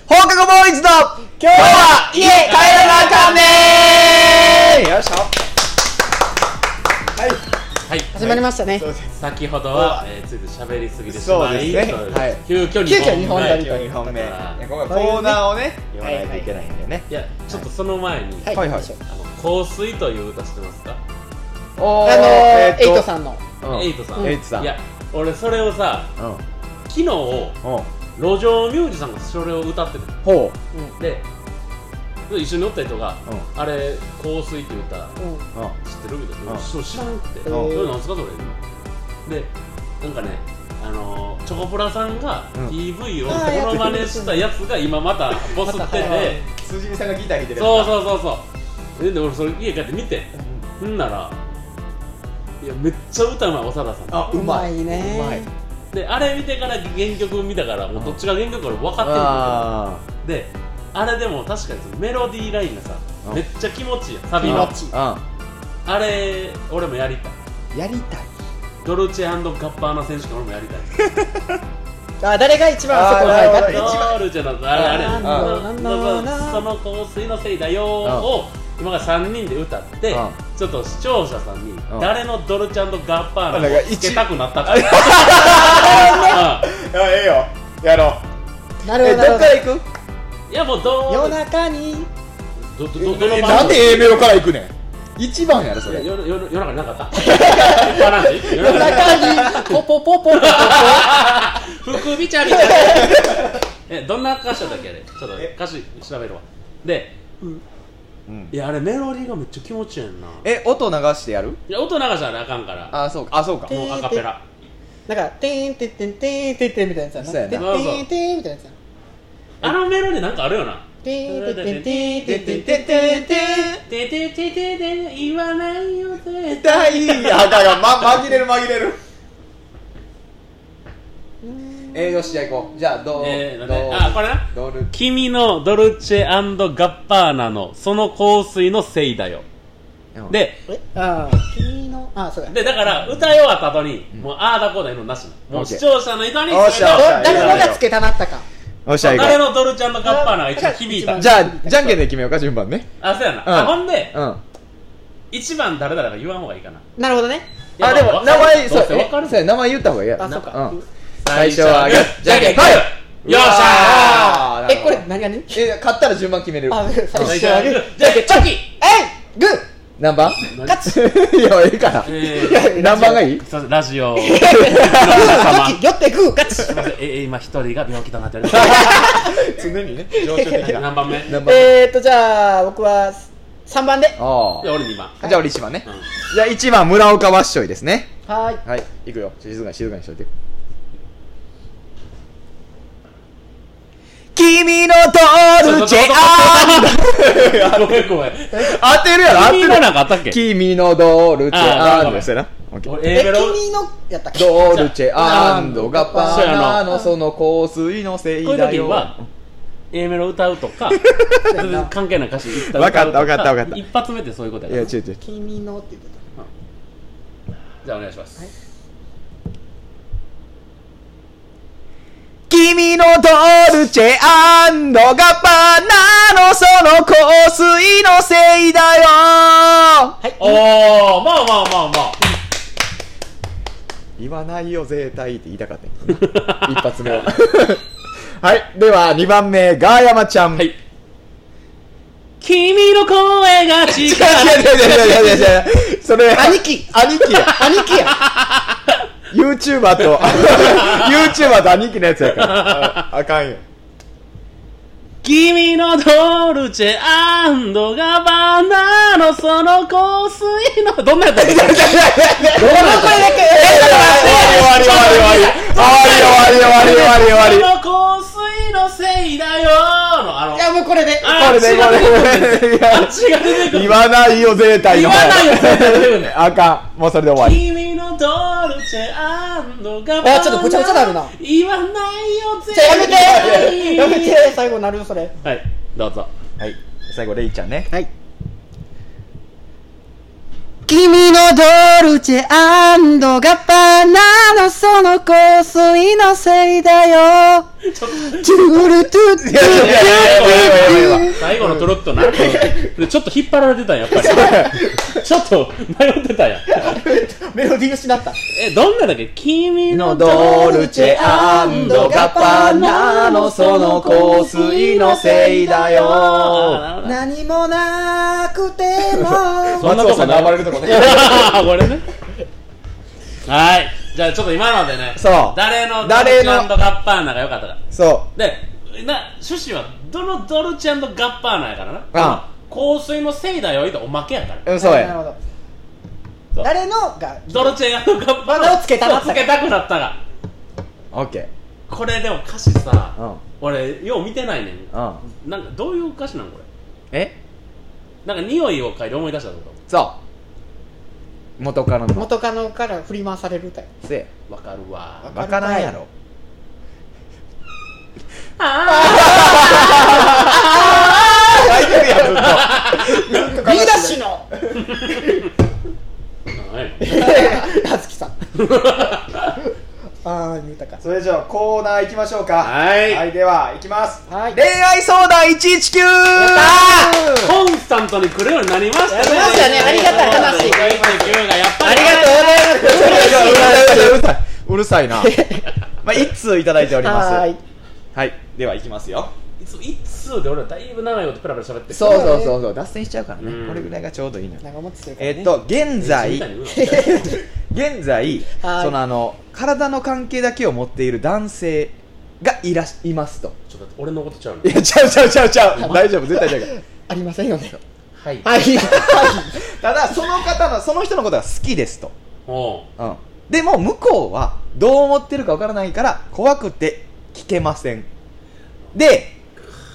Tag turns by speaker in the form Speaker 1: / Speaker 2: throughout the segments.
Speaker 1: イズの今日は家帰らなあかんねーよいしょ
Speaker 2: はい、
Speaker 3: 始まりましたね。
Speaker 1: そうです
Speaker 2: 先ほどは、えー、ついつい喋りすぎてしまい
Speaker 1: そうですね
Speaker 2: そう
Speaker 1: はい
Speaker 2: 急遽
Speaker 3: 急遽
Speaker 2: 2本
Speaker 3: 二本撮りと
Speaker 2: 目
Speaker 3: いう
Speaker 1: 2本目いや今回
Speaker 3: そういうね
Speaker 1: コーナーをね言わ
Speaker 3: は
Speaker 1: ない
Speaker 3: はい
Speaker 1: いといけないんだよね
Speaker 2: いやちょっとその前に、
Speaker 3: はい、
Speaker 1: はいはい
Speaker 3: 行きましょう
Speaker 2: あの香水という歌してますか、
Speaker 1: お
Speaker 3: あのー、エイト
Speaker 1: ん
Speaker 3: さんの。
Speaker 2: エイトさん
Speaker 1: エイトさん
Speaker 2: いや俺それをさ
Speaker 1: うんうん
Speaker 2: 昨日路上ミュージシャンがそれを歌ってて
Speaker 1: ほう
Speaker 2: で一緒に乗った人が、
Speaker 1: う
Speaker 2: あれ香水って歌知
Speaker 3: うん。
Speaker 1: うん
Speaker 2: ってるみたいな、
Speaker 1: うん
Speaker 2: そう知らんって、
Speaker 3: うん
Speaker 2: どういうのなんすかそれでなんかねあのーチョコプラさんが
Speaker 1: うん
Speaker 2: PV を
Speaker 3: あーやってる
Speaker 2: モノマネしたやつが今またボ スってて、
Speaker 3: またはい
Speaker 1: 辻美さんがギター弾いてる
Speaker 2: そう
Speaker 1: う
Speaker 2: そうそうそうでで俺それ家帰って見てほんならいやめっちゃ歌うまい長田さん
Speaker 1: あう
Speaker 3: う
Speaker 1: ま
Speaker 3: ま
Speaker 1: い
Speaker 3: いね
Speaker 1: うまい
Speaker 2: であれ見てから原曲見たからもうどっちが原曲か俺分か
Speaker 1: あ
Speaker 2: ってるんだけどであれでも確かにそのメロディーラインがさ
Speaker 1: うん
Speaker 2: めっちゃ気持ちいいやんサビ
Speaker 3: 気
Speaker 2: の
Speaker 3: 持ちいい
Speaker 1: あ
Speaker 2: あれ俺もやりたい
Speaker 1: うんやりたい
Speaker 2: ドルチェガッパーナ選手権俺もやりたい
Speaker 3: あ、誰が一番あそこ
Speaker 1: あー
Speaker 3: 入
Speaker 1: なるほど
Speaker 3: っ
Speaker 2: ドルチェのあれあれ
Speaker 3: あ
Speaker 2: あ
Speaker 3: ー
Speaker 2: の
Speaker 3: なんだ
Speaker 2: そ
Speaker 3: ろう
Speaker 2: の
Speaker 3: な
Speaker 2: その香水のせいだよーを今から3人で歌って
Speaker 1: うん
Speaker 2: ちょっと視聴者さんに
Speaker 1: ん
Speaker 2: 誰のドルチェガッパー
Speaker 1: なんか
Speaker 2: ナを
Speaker 1: 一
Speaker 2: つけたくなったかうん
Speaker 1: あええよやろう
Speaker 3: た。なる
Speaker 1: え
Speaker 3: ほ
Speaker 1: ど
Speaker 3: ど、な
Speaker 1: っ
Speaker 3: るほ
Speaker 1: から行く
Speaker 2: いやもうど
Speaker 3: ど。夜中に。
Speaker 2: どどどどの
Speaker 1: え
Speaker 2: 番組
Speaker 1: なんで A メロから行くねん一番やろそれ
Speaker 2: 夜夜夜中に なかった夜中に
Speaker 3: 夜中に。ポポポポポポ。
Speaker 2: 福美ちゃんみたいなえどんな歌詞だっけあれちょっと
Speaker 1: え
Speaker 2: 歌詞調べるわで
Speaker 1: うん
Speaker 2: いやあれメロディーがめっちゃ気持ちいいやんな
Speaker 1: え音流してやる
Speaker 2: いや音流したらあかんから
Speaker 1: あそうかあそうか
Speaker 3: え
Speaker 2: もうアカペラ
Speaker 3: なんか、てんてんてんてんてんてんみたいなやつやな。
Speaker 1: そうやな
Speaker 3: てんてんてんみたいなやつやな。
Speaker 2: あのメロディーなんかあるよな
Speaker 3: てんてんてんてんてんてんてんてんて
Speaker 2: 「ててててて言わないよ」って
Speaker 1: 痛いあかんあかん、ま、紛れる紛れるえー、よしじゃあ行こうじゃあどう、
Speaker 2: えー
Speaker 1: どう
Speaker 2: あこれな
Speaker 1: どうる
Speaker 2: 君のドルチェガッパーナのその香水のせいだよで
Speaker 3: え、あー、君の。あー、そうや。
Speaker 2: でだから歌い終わった後に、もうああだこうだ言うのなしなも
Speaker 1: オ
Speaker 2: う
Speaker 1: ッケー
Speaker 2: 視聴者の人に
Speaker 1: よっしゃ
Speaker 2: それを
Speaker 1: よっしゃ
Speaker 3: 誰のがつけたなったか。
Speaker 1: よっしゃ行こ
Speaker 2: 誰のドルちゃんのカッパーナが一番響いた
Speaker 3: あ
Speaker 1: う
Speaker 3: の
Speaker 1: じゃあじゃんけんで決めようか順番ね
Speaker 2: あそうやな、
Speaker 1: うん
Speaker 2: あほんで
Speaker 1: うんあ
Speaker 2: 一番誰々が言わん方がいいかな
Speaker 3: なるほどね。
Speaker 2: や
Speaker 1: で
Speaker 2: ま
Speaker 1: も
Speaker 2: あ
Speaker 1: 名前
Speaker 2: ど
Speaker 1: そうう
Speaker 2: せわかる
Speaker 1: えそうや名前言った方がいいやろ
Speaker 3: あ、そうか。
Speaker 1: ん最初はグーじゃんけんぽい
Speaker 2: よっしゃ
Speaker 1: ーなる
Speaker 3: え、
Speaker 1: ほ
Speaker 3: こ
Speaker 1: ど
Speaker 3: れ、何がね。
Speaker 1: え勝ったら順番決めれる
Speaker 3: あ、最
Speaker 2: ー
Speaker 3: 初はグー。
Speaker 2: じゃんけんチョキ
Speaker 3: えいグー
Speaker 1: 何番
Speaker 3: 勝つ
Speaker 1: いやええから
Speaker 2: えー
Speaker 1: 何番がいい
Speaker 2: すいませんラジ オ
Speaker 3: グーチョキよってグー勝ち
Speaker 2: すいませんええ今一人が病気となってる
Speaker 1: 常にね情緒的
Speaker 2: 何番目いや
Speaker 1: 何番
Speaker 3: えーっとじゃあ僕は3番で
Speaker 1: あ
Speaker 2: 俺2番
Speaker 1: あじゃあ俺一番ね
Speaker 2: うん
Speaker 1: じゃあ1番村岡わっしょいですね
Speaker 3: はーい
Speaker 1: はい行くよ静かに静かにしといて君のドルチェアン
Speaker 2: ごめん ごめん
Speaker 1: 当てるやろ合って
Speaker 2: 君
Speaker 1: る
Speaker 2: のなんかあったっけ
Speaker 1: 君のドルチェ
Speaker 2: あー
Speaker 1: ア
Speaker 2: ご
Speaker 1: ン
Speaker 2: め
Speaker 1: ド
Speaker 2: ん
Speaker 1: そうやなオッケー
Speaker 2: 俺 A
Speaker 3: え
Speaker 2: メロ
Speaker 3: 君のやったっけ
Speaker 1: ドルチェアンドガパーナの
Speaker 3: そ
Speaker 1: その香水のせい
Speaker 2: こういう
Speaker 1: だ
Speaker 2: 時
Speaker 1: よ
Speaker 2: は A メロ歌うとか全然関係ない歌詞一旦歌うと
Speaker 1: わかったわかったわかった
Speaker 2: 一発目ってそういうことや
Speaker 1: い
Speaker 2: から
Speaker 1: や違う違う
Speaker 3: 君のって言って
Speaker 2: じゃあお願いします、
Speaker 1: 君のドルチェアンドガパーナのその香水のせいだよ
Speaker 3: たはい
Speaker 2: おおまあまあまあまあ
Speaker 1: 言わないよ絶対って言いたかったんやけどね一発目は はいでは2番目ガーヤマち ゃん、
Speaker 2: はい君の声が近
Speaker 1: 違う違う違う違う違う違うそれ
Speaker 3: 兄貴
Speaker 1: 兄貴や
Speaker 3: 兄貴や
Speaker 1: YouTuber と YouTuber と兄貴のやつやからああかんよ
Speaker 2: 君のドルチェアンドガバナのその香水のどんなやつだっけ
Speaker 1: どうなこれだけ終わり終わり終わり終わり終わり終わり終わり終わり
Speaker 2: その香水のせいだよーのあの
Speaker 3: いやもうこれで
Speaker 2: あ
Speaker 1: これねこれねいや
Speaker 2: 違う出てくる
Speaker 1: 言わないよ絶対
Speaker 2: 言わないよ絶対出てくるね
Speaker 1: あかんもうそれで終わり
Speaker 2: 君のドルチェアンドガ
Speaker 3: いやちょっとぐちゃぐちゃなるな
Speaker 2: 言わないよ絶
Speaker 3: じゃあやめ
Speaker 2: 対
Speaker 3: てやめて最後なるよそれ
Speaker 2: はいどうぞ
Speaker 1: はい最後レイちゃんね
Speaker 3: はい君のドルチェガパナのその香水のせいだよ。
Speaker 2: ちょっと
Speaker 3: トゥルトゥ
Speaker 1: いやいやいやいやいやいや
Speaker 2: 最後のトロッとな。でちょっと引っ張られてたんや、やっぱり。ちょっと迷ってたんや。
Speaker 3: メロディー失った。
Speaker 2: え、どんなだっけ君
Speaker 1: のド
Speaker 2: の
Speaker 1: ルチェガパナのその香水のせいだよ
Speaker 2: あなる
Speaker 3: 何もなくて
Speaker 2: ほどそ
Speaker 3: も。
Speaker 4: 松尾
Speaker 2: んなとこ
Speaker 4: さん
Speaker 2: な
Speaker 4: が
Speaker 2: い
Speaker 4: 暴れると こね。
Speaker 2: あーこれね。はい。じゃあちょっと今のでね、
Speaker 1: そう
Speaker 2: 誰のドル
Speaker 1: 誰
Speaker 2: チ
Speaker 1: の
Speaker 2: ェガッパーナが良かったか。
Speaker 1: そ
Speaker 2: で、な、趣旨は、どのドルチェガッパーナやからな。
Speaker 1: あ
Speaker 2: 香水のせいだよ、言うておまけやから。
Speaker 1: ううんそう
Speaker 3: なる
Speaker 1: や
Speaker 3: ほど。誰のが、
Speaker 2: ドルチェガッパー
Speaker 3: ま
Speaker 2: ナ
Speaker 3: だつけたな
Speaker 2: そうつけたくなったが。
Speaker 1: オッケ
Speaker 2: これでも歌詞さ、
Speaker 1: ーうん
Speaker 2: 俺、よう見てないね
Speaker 1: う
Speaker 2: ん。
Speaker 1: ん
Speaker 2: なんか、どういう歌詞なんこれ。
Speaker 1: え
Speaker 2: なんか、匂いを嗅いで思い出したってこ
Speaker 1: そう元カノの
Speaker 3: 元カノから振り回される歌よ。
Speaker 1: せや
Speaker 2: と。わかるわ。
Speaker 1: わからんやろ泣いてるやんずっ
Speaker 3: ビーダッシュの
Speaker 2: はい。
Speaker 3: あずきさん。あー、言うたか。
Speaker 4: それじゃあコーナー行きましょうか。
Speaker 2: はい
Speaker 4: では行きます。
Speaker 3: はい
Speaker 1: と恋。愛相談119
Speaker 2: コンスタントに来るようになりましたね。
Speaker 3: なりましたねありがたい話
Speaker 2: 29がやっぱり。
Speaker 3: ありがとうございます。
Speaker 1: うるさいうるさいなまあ一通いただいております
Speaker 3: はい。
Speaker 1: はいでは行きますよ
Speaker 2: いつ、いつで俺らだいぶ長いことペラペラ喋ってる
Speaker 1: そうそうそうそう脱線しちゃうからね、
Speaker 2: うん
Speaker 1: これぐらいがちょうどいいのよ
Speaker 3: 長持ちするから
Speaker 1: え
Speaker 3: ね。
Speaker 1: っと現在
Speaker 2: みたいに言うの
Speaker 1: 現在
Speaker 3: はい
Speaker 1: そのあの体の関係だけを持っている男性がいらっしいますと
Speaker 2: ちょっと待って俺のことちゃうの
Speaker 1: い。やちゃうちゃうちゃうち ゃう大丈夫絶対大丈夫
Speaker 3: ありませんよね。
Speaker 2: はい。
Speaker 3: はい。
Speaker 1: ただその方のその人のことが好きですと、
Speaker 2: おう
Speaker 1: うん、でも向こうはどう思ってるかわからないから怖くて聞けませんで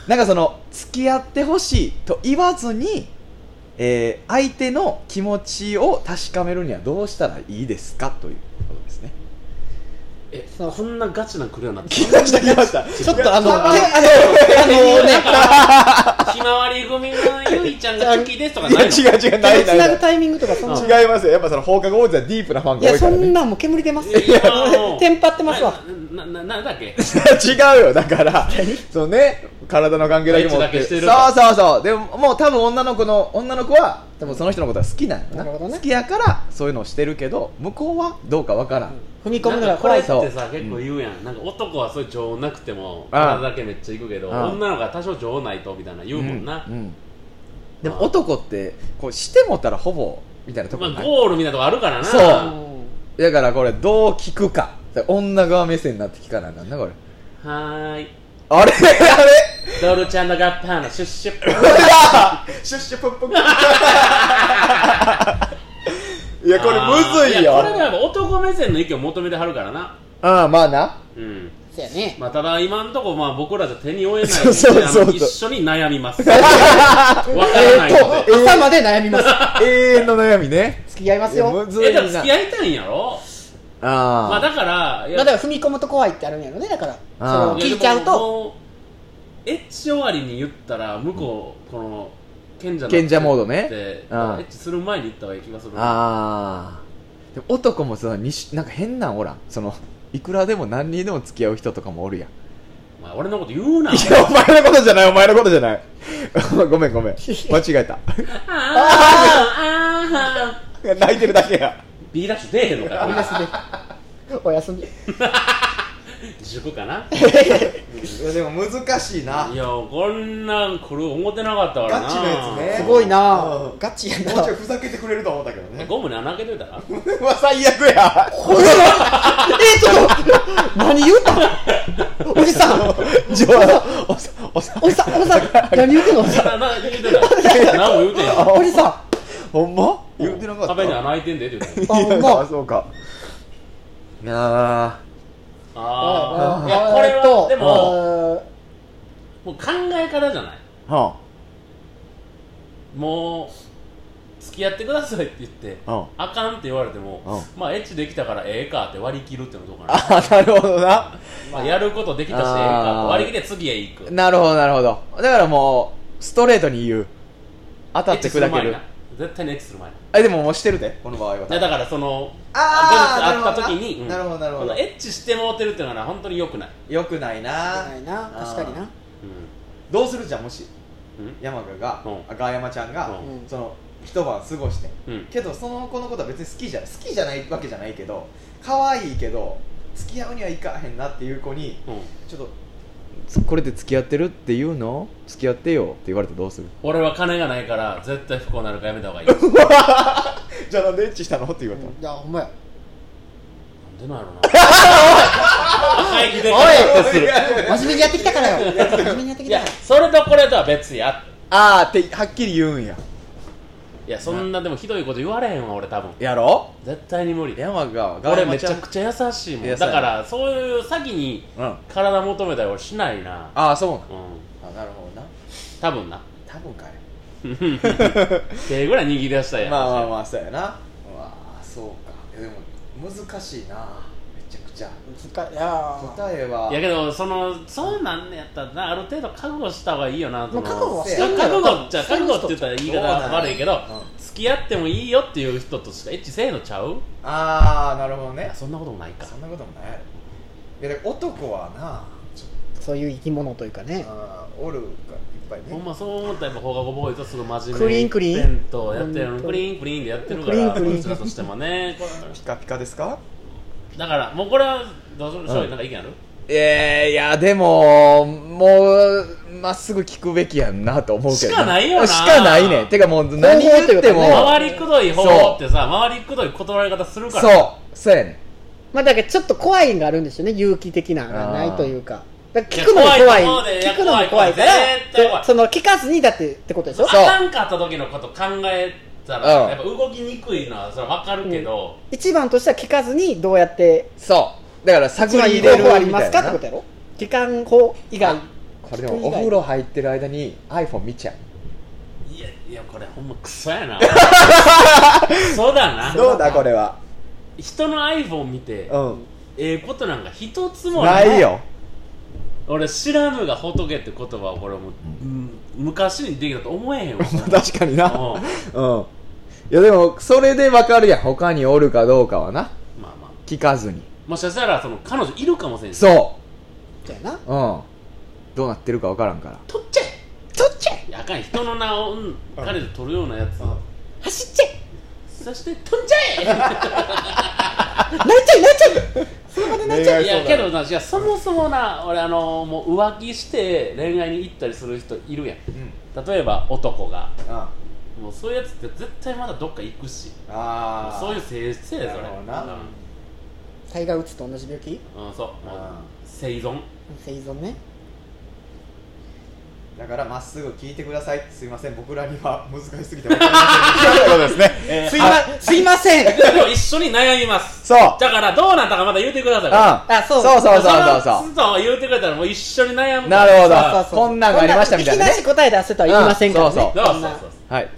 Speaker 1: なんかその付き合ってほしいと言わずに、えー相手の気持ちを確かめるにはどうしたらいいですかということですね
Speaker 2: え、こんなガチな来るようになって
Speaker 1: 聞きました聞きました
Speaker 3: ちょっとあの、あの、あの
Speaker 2: なん
Speaker 3: ね、
Speaker 2: か、ひまわり組のゆいちゃんが好きですとか
Speaker 1: い
Speaker 2: な
Speaker 1: や
Speaker 2: い の
Speaker 1: 違う違うないな
Speaker 3: つ
Speaker 1: いな
Speaker 3: ないぐタイミングとかそんな。
Speaker 1: 違いますよやっぱその放課後王子はディープなファン
Speaker 3: い
Speaker 1: が多
Speaker 3: や、
Speaker 1: いから
Speaker 3: そ
Speaker 1: ね
Speaker 3: んなんもう煙出ますよ
Speaker 2: いやも。う
Speaker 3: テンパってますわ。
Speaker 2: な、な、なんだっけ
Speaker 1: 違うよだからそのね体の関係だけ持って
Speaker 2: エッチだけして
Speaker 1: そ
Speaker 2: る
Speaker 1: うそうそうでももう多分女の子の女の子は多分その人のことは好きなんやな
Speaker 3: なるほどね
Speaker 1: 好きやからそういうのをしてるけど向こうはどうかわからん、
Speaker 3: 踏み込むのが怖い
Speaker 1: そ
Speaker 3: と。
Speaker 1: う
Speaker 2: ってさ、結構言うやん。なんか男はそういう情なくても、
Speaker 1: ああ
Speaker 2: 体だけめっちゃいくけど、
Speaker 1: ああ
Speaker 2: 女の子は多少情ないとみたいな言うもんな
Speaker 1: う。んでも男ってこうしてもたらほぼみたいなとこ
Speaker 2: ま
Speaker 1: ない、
Speaker 2: あ、ゴールみたいなとこあるからな。
Speaker 1: そう
Speaker 3: う
Speaker 2: は
Speaker 3: ん
Speaker 1: だからこれどう聞くか女側目線になって聞かないなんだこれ
Speaker 2: ーい。
Speaker 1: あれあれ
Speaker 2: ドルちゃんのガッパーのシュッシュッ。
Speaker 4: シュッシュプップッ。
Speaker 1: いやこれむずいよ
Speaker 2: やこれでやっぱ男目線の意見を求めてはるからな。
Speaker 1: ああまあな
Speaker 2: うん。
Speaker 3: そうやね。
Speaker 2: まあ、ただ今のとこまあ僕らじゃ手に負えない
Speaker 1: そうそうそうそう
Speaker 2: あの一緒に悩 みますわからないので
Speaker 3: 朝まで悩みます。
Speaker 1: 永遠の悩みね
Speaker 3: 付き合いますよ。
Speaker 1: いや
Speaker 3: ま
Speaker 1: むず
Speaker 2: え
Speaker 1: い
Speaker 2: で
Speaker 1: な
Speaker 2: も付き合いたいんやろ
Speaker 1: ああ、
Speaker 2: まあだからい
Speaker 3: あだから踏み込むと怖いってあるんやろね、だから。
Speaker 1: あー
Speaker 3: その聞いちゃう
Speaker 2: やで
Speaker 3: と。
Speaker 2: ももうエッチ終わりに言ったら向こうこの賢者の
Speaker 1: 賢者モードね
Speaker 2: ってエ
Speaker 1: うん
Speaker 2: ッチする前に言った方がいい気がする
Speaker 1: ああでも男もさにしなんか変なんおらんそのいくらでも何人でも付き合う人とかもおるやん
Speaker 2: まあ、俺のこと言 うない
Speaker 1: やお前のことじゃないお前のことじゃない ごめんごめん間違えた
Speaker 2: あああ あ
Speaker 1: 泣いてるだけや
Speaker 2: B ダッシュ出えへんの
Speaker 3: おや
Speaker 2: か
Speaker 3: すみ。おやすみ。
Speaker 2: 塾かない
Speaker 4: やでも難しいな。
Speaker 2: いやこんなん来る思ってなかったからな
Speaker 4: ガチのやつね
Speaker 3: すごいな
Speaker 4: うん
Speaker 3: ガチや
Speaker 4: もうちょ
Speaker 3: な。
Speaker 4: いふざけてくれると思ったけどね。
Speaker 2: ゴムに穴開けといたら
Speaker 1: うわ最悪や
Speaker 3: これはえ、ちょっと、何言うたおじさん、
Speaker 1: じゃあおさおさ
Speaker 3: おじさん、おじさん、何言うてんのおじさん。
Speaker 2: なな言うてない何も言うてへん
Speaker 1: あ
Speaker 3: おじさ
Speaker 1: ほんま言うてなかった
Speaker 2: 壁に穴開いてんでって言うてん
Speaker 3: ん、あ、ほん
Speaker 1: いやあ
Speaker 3: ま。
Speaker 1: そうかいや
Speaker 2: あ
Speaker 1: あ
Speaker 2: あいやこれ
Speaker 3: えー
Speaker 2: は
Speaker 3: と
Speaker 2: でも
Speaker 3: あ
Speaker 2: もう考え方じゃない
Speaker 1: ーは
Speaker 2: もう付き合ってくださいって言って
Speaker 1: うん
Speaker 2: あかんって言われてもまあエッチできたからええかって割り切るってのどうかな
Speaker 1: ああなるほどな
Speaker 2: まあやることできたしえ
Speaker 1: あ
Speaker 2: えか
Speaker 1: ー
Speaker 2: 割り切って次へ行く
Speaker 1: なるほどなるほどだからもうストレートに言う当た
Speaker 2: 当
Speaker 1: って砕ける
Speaker 2: 絶対に X する前に
Speaker 1: えでももうしてるでこの場合はい
Speaker 2: やだからその
Speaker 1: あー
Speaker 2: 後日会った時に
Speaker 1: なるほどななるほどな
Speaker 2: この
Speaker 1: るほ
Speaker 2: エッチしてもうてるっていうのは本当に良くない
Speaker 1: どよくないな
Speaker 3: ないな確かにな
Speaker 1: どうするじゃんもし
Speaker 2: うんうん
Speaker 1: 山賀が
Speaker 2: うん
Speaker 1: 赤山ちゃんが
Speaker 3: うん
Speaker 1: その一晩過ごして
Speaker 2: うん
Speaker 1: けどその子のことは別に好きじゃ好きじゃないわけじゃないけど可愛いけど付き合うにはいかへんなっていう子に
Speaker 2: うん
Speaker 1: ちょっとつこれで付き合ってるっていうの付き合ってよって言われたらどうする
Speaker 2: 俺は金がないから絶対不幸になるからやめた方がいい
Speaker 1: じゃあなんでエッチしたのって言われたら
Speaker 3: いやほんまや
Speaker 2: なんでなんやろ な会議でおいする
Speaker 3: 真面目にやってきたから よ真面目にやって
Speaker 2: い
Speaker 3: きた
Speaker 2: や
Speaker 3: か
Speaker 2: それとこれとは別や
Speaker 1: ああってはっきり言うんや
Speaker 2: いやそんなでもひどいこと言われへんわ俺多分
Speaker 1: やろ
Speaker 2: 絶対に無理
Speaker 1: 山賀が
Speaker 2: 俺めちゃくちゃ優しいもん
Speaker 1: 優し
Speaker 2: だ
Speaker 1: い
Speaker 2: からそういう詐欺に
Speaker 1: うんあ
Speaker 2: 体求めたり俺しないな
Speaker 1: あそうなん
Speaker 2: うん
Speaker 1: あなるほどな
Speaker 2: 多分な
Speaker 1: 多分かい
Speaker 2: 手ぐらい握り出したいやん
Speaker 1: まあまあまあそうやなうわあそうかいやでも難しいなめちゃくちゃ
Speaker 3: らいやー
Speaker 1: 答えはい
Speaker 2: やけどそのそうなんねやったらなある程度覚悟した方がいいよなと
Speaker 3: もう覚悟は
Speaker 1: し
Speaker 2: 覚
Speaker 1: てん
Speaker 3: のよ
Speaker 2: 悟じゃ覚悟って言ったら言い方
Speaker 1: そうなんや
Speaker 2: 悪いけど、
Speaker 1: う
Speaker 2: 付き合ってもいいよっていう人としかエッチせえのちゃう
Speaker 1: ああなるほど
Speaker 2: い
Speaker 1: ね
Speaker 2: やそんなこともないか
Speaker 1: そんなこともないやろいやだから男はなちょ
Speaker 3: そういう生き物というかね
Speaker 1: あーおるからいっぱい
Speaker 2: ほん
Speaker 1: ね
Speaker 2: まそう思ったらやっぱ放課後ボーイとすぐ真面目
Speaker 3: クリーンクリーン
Speaker 2: とやってる
Speaker 3: ほんと
Speaker 2: クリーンクリーンでやってるか
Speaker 3: クリー
Speaker 2: ら
Speaker 3: ンクリーン
Speaker 2: こっちらとしてもね
Speaker 1: ピカピカですか
Speaker 2: だからもうこれはどうしよう翔平なんか意見ある
Speaker 1: えー、いやでももうまっすぐ聞くべきやんなと思うけど
Speaker 2: しかないよな
Speaker 1: しかないねてかもう何
Speaker 3: 方法とい
Speaker 1: 言っ
Speaker 3: うかね
Speaker 1: ても
Speaker 3: うん
Speaker 2: 回りくどい方法ってさ回りくどい断られ方するか
Speaker 1: そ
Speaker 2: ら
Speaker 1: うそうやねん
Speaker 3: まあだからちょっと怖いんがあるんですよね勇気的なのがないというかだから聞くのも
Speaker 2: いや怖
Speaker 3: 怖
Speaker 2: い
Speaker 3: い
Speaker 2: と思うでいや
Speaker 3: 聞くのも怖いから
Speaker 2: 怖い絶対怖い
Speaker 3: そその聞かずにだってってことでし
Speaker 2: そう
Speaker 3: ょ
Speaker 2: あ
Speaker 1: そう
Speaker 2: かんかった時のこと考えたら、
Speaker 1: うん
Speaker 2: やっぱ動きにくいのはそれ分かるけど、
Speaker 3: 一番としては聞かずにどうやって
Speaker 1: そうだから
Speaker 3: 一
Speaker 1: 探
Speaker 3: 番
Speaker 1: り
Speaker 3: いい
Speaker 1: 入れ
Speaker 3: 方
Speaker 1: る
Speaker 3: 法あり
Speaker 1: み
Speaker 3: ま
Speaker 1: た
Speaker 3: す
Speaker 1: い
Speaker 3: か
Speaker 1: な
Speaker 3: ってことやろ期間法以外
Speaker 1: これでもお風呂入ってる間に iPhone 見ちゃう
Speaker 2: いやいやこれほんまクソやな そうだな
Speaker 1: どうだこれは
Speaker 2: 人の iPhone 見て、
Speaker 1: うん
Speaker 2: ええことなんか一つも
Speaker 1: な
Speaker 2: ない
Speaker 1: いよ
Speaker 2: 俺知らぬが仏って言葉はこれもう、うん昔にできたと思えへん わ
Speaker 1: 確かにな
Speaker 2: うん
Speaker 1: うんいやでもそれでわかるやん他におるかどうかはな
Speaker 2: まあまあ
Speaker 1: 聞かずに
Speaker 2: もしかしたらその彼女いるかもしれんし
Speaker 1: そ
Speaker 3: そうやな
Speaker 1: ううんどうなってるかわからんから
Speaker 2: 取っちゃえ
Speaker 3: 取っちゃえ
Speaker 2: いやあかん人の名を、うん、彼で取るようなやつ、
Speaker 3: 走っちゃえ
Speaker 2: そして取んじゃ
Speaker 3: なっちゃえなっちゃ え
Speaker 2: えいやけどないやそもそもな俺あのもう浮気して恋愛に行ったりする人いるやん
Speaker 1: うん
Speaker 2: 例えば男が
Speaker 1: あ
Speaker 2: もうそういうやつって絶対まだどっか行くし
Speaker 1: あ
Speaker 2: そういう性質やでそれ
Speaker 1: なるほどな
Speaker 3: タイガー・ウッズと同じ病気
Speaker 2: うん、うん、そうもう
Speaker 1: あ
Speaker 2: 生存
Speaker 3: 生存ね
Speaker 1: だからまっすぐ聞いてくださいすいません僕らには難しすぎてわかりませんそうですね、
Speaker 3: すいませんすいません
Speaker 2: でも一緒に悩みます
Speaker 1: そう
Speaker 2: だからどうなったかまだ言うてください
Speaker 1: あ
Speaker 3: あそう
Speaker 1: そうそうそう
Speaker 2: れ
Speaker 1: そう
Speaker 2: は
Speaker 1: そ
Speaker 2: つと言うてくれたらもう一緒に悩む
Speaker 1: うなるほど
Speaker 2: さあ
Speaker 1: こんなんがありましたみたいなね
Speaker 3: いきなり答え出せとは言いませんからね
Speaker 1: うんそう
Speaker 2: そう
Speaker 3: こ
Speaker 2: そうん
Speaker 3: な
Speaker 2: そうそう
Speaker 1: はい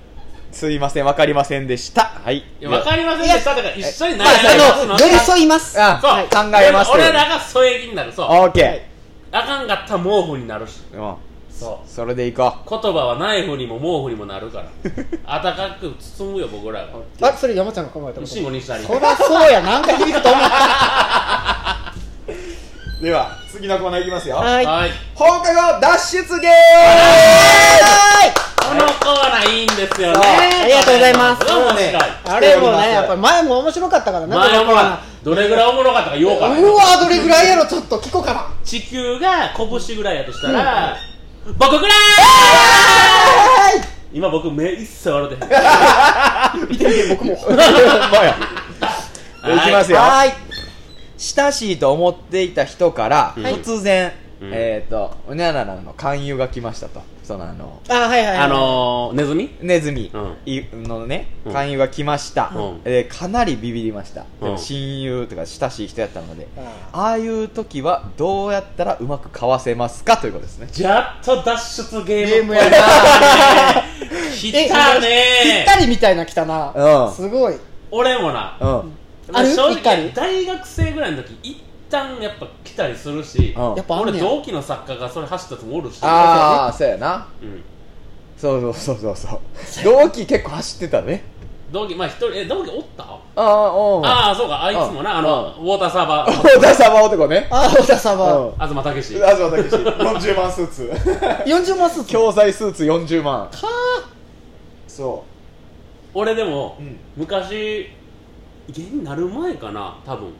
Speaker 1: すいませんわかりませんでしたはい
Speaker 2: いやわかりませんでしただから一緒に悩み
Speaker 3: まああ
Speaker 2: ま
Speaker 3: の
Speaker 2: す
Speaker 3: 寄り添います
Speaker 1: あ
Speaker 2: そう
Speaker 1: はい考えます
Speaker 2: 俺らが添え気になるそう
Speaker 1: オーケ
Speaker 2: あかんかったら毛布になるし
Speaker 1: ーうん
Speaker 2: そう
Speaker 1: それでいこ
Speaker 2: 言葉はナイフにも毛布にもなるから温かく包むよ僕らが
Speaker 3: あそれ山ちゃんが考えたこと
Speaker 2: 慎吾にしたり
Speaker 3: そりゃそうやなんか響くと思った
Speaker 1: うでは次のコーナーいきますよ
Speaker 3: はい
Speaker 2: はい
Speaker 1: 放課後脱出ゲーム
Speaker 2: このコーナーいいんですよね
Speaker 3: ありがとうございます
Speaker 2: どうも面白い
Speaker 3: あれもねやっぱり前も面白かったからね
Speaker 2: 前
Speaker 3: この
Speaker 2: も
Speaker 3: コーナー
Speaker 2: どれぐらいおもろかったか言おうかな
Speaker 3: うわどれぐらいやろちょっと聞こうかな
Speaker 2: 地球が拳ぐらいやとしたら、僕ぐらい今僕目一切笑ってへんは
Speaker 3: 見て見て僕 もは
Speaker 1: はいいきますよ
Speaker 3: ーい
Speaker 1: 親しいと思っていた人から
Speaker 2: うん
Speaker 1: 突然、
Speaker 2: うん
Speaker 1: えっ、とうにゃららの勧誘が来ましたとそのあの
Speaker 3: あはいはいはい
Speaker 2: あのー、ネズミ
Speaker 1: ネズミ
Speaker 2: うん
Speaker 1: いのね
Speaker 2: うん
Speaker 1: 勧誘が来ました、
Speaker 2: うん
Speaker 1: えーかなりビビりました、
Speaker 2: うん
Speaker 1: 親友とか親しい人やったので
Speaker 3: あ
Speaker 1: ああいう時はどうやったらうまくかわせますかということですね
Speaker 2: ジャッと脱出ゲーム
Speaker 3: ゲームやな
Speaker 2: 来た
Speaker 3: ぴ
Speaker 2: ね
Speaker 3: ったりみたいな来たな、
Speaker 1: うん
Speaker 3: すごい
Speaker 2: 俺もな
Speaker 1: うん、
Speaker 3: ある
Speaker 2: 正
Speaker 3: ぴったり
Speaker 2: 直大学生ぐらいの時一旦やっぱ来たりするし、
Speaker 1: うん
Speaker 3: やっぱあん
Speaker 2: 俺
Speaker 3: ねや
Speaker 2: 同期の作家がそれ走ったやつもおるし
Speaker 1: ああそうやな
Speaker 2: うん
Speaker 1: そうそうそうそうそう同期結構走ってたね
Speaker 2: 同期まあ一人え同期おった
Speaker 1: ああおう
Speaker 2: ああそうかあいつもなあのウォーターサー バー
Speaker 1: 小田様男ね
Speaker 3: あー、小田様。
Speaker 1: う
Speaker 2: 東武志
Speaker 4: 東武志40万スー ツ
Speaker 3: 40万スーツ。
Speaker 1: 教材スーツ40万
Speaker 4: そ
Speaker 2: 俺でも、
Speaker 4: うん
Speaker 2: 昔芸人になる前かな多分
Speaker 4: ううん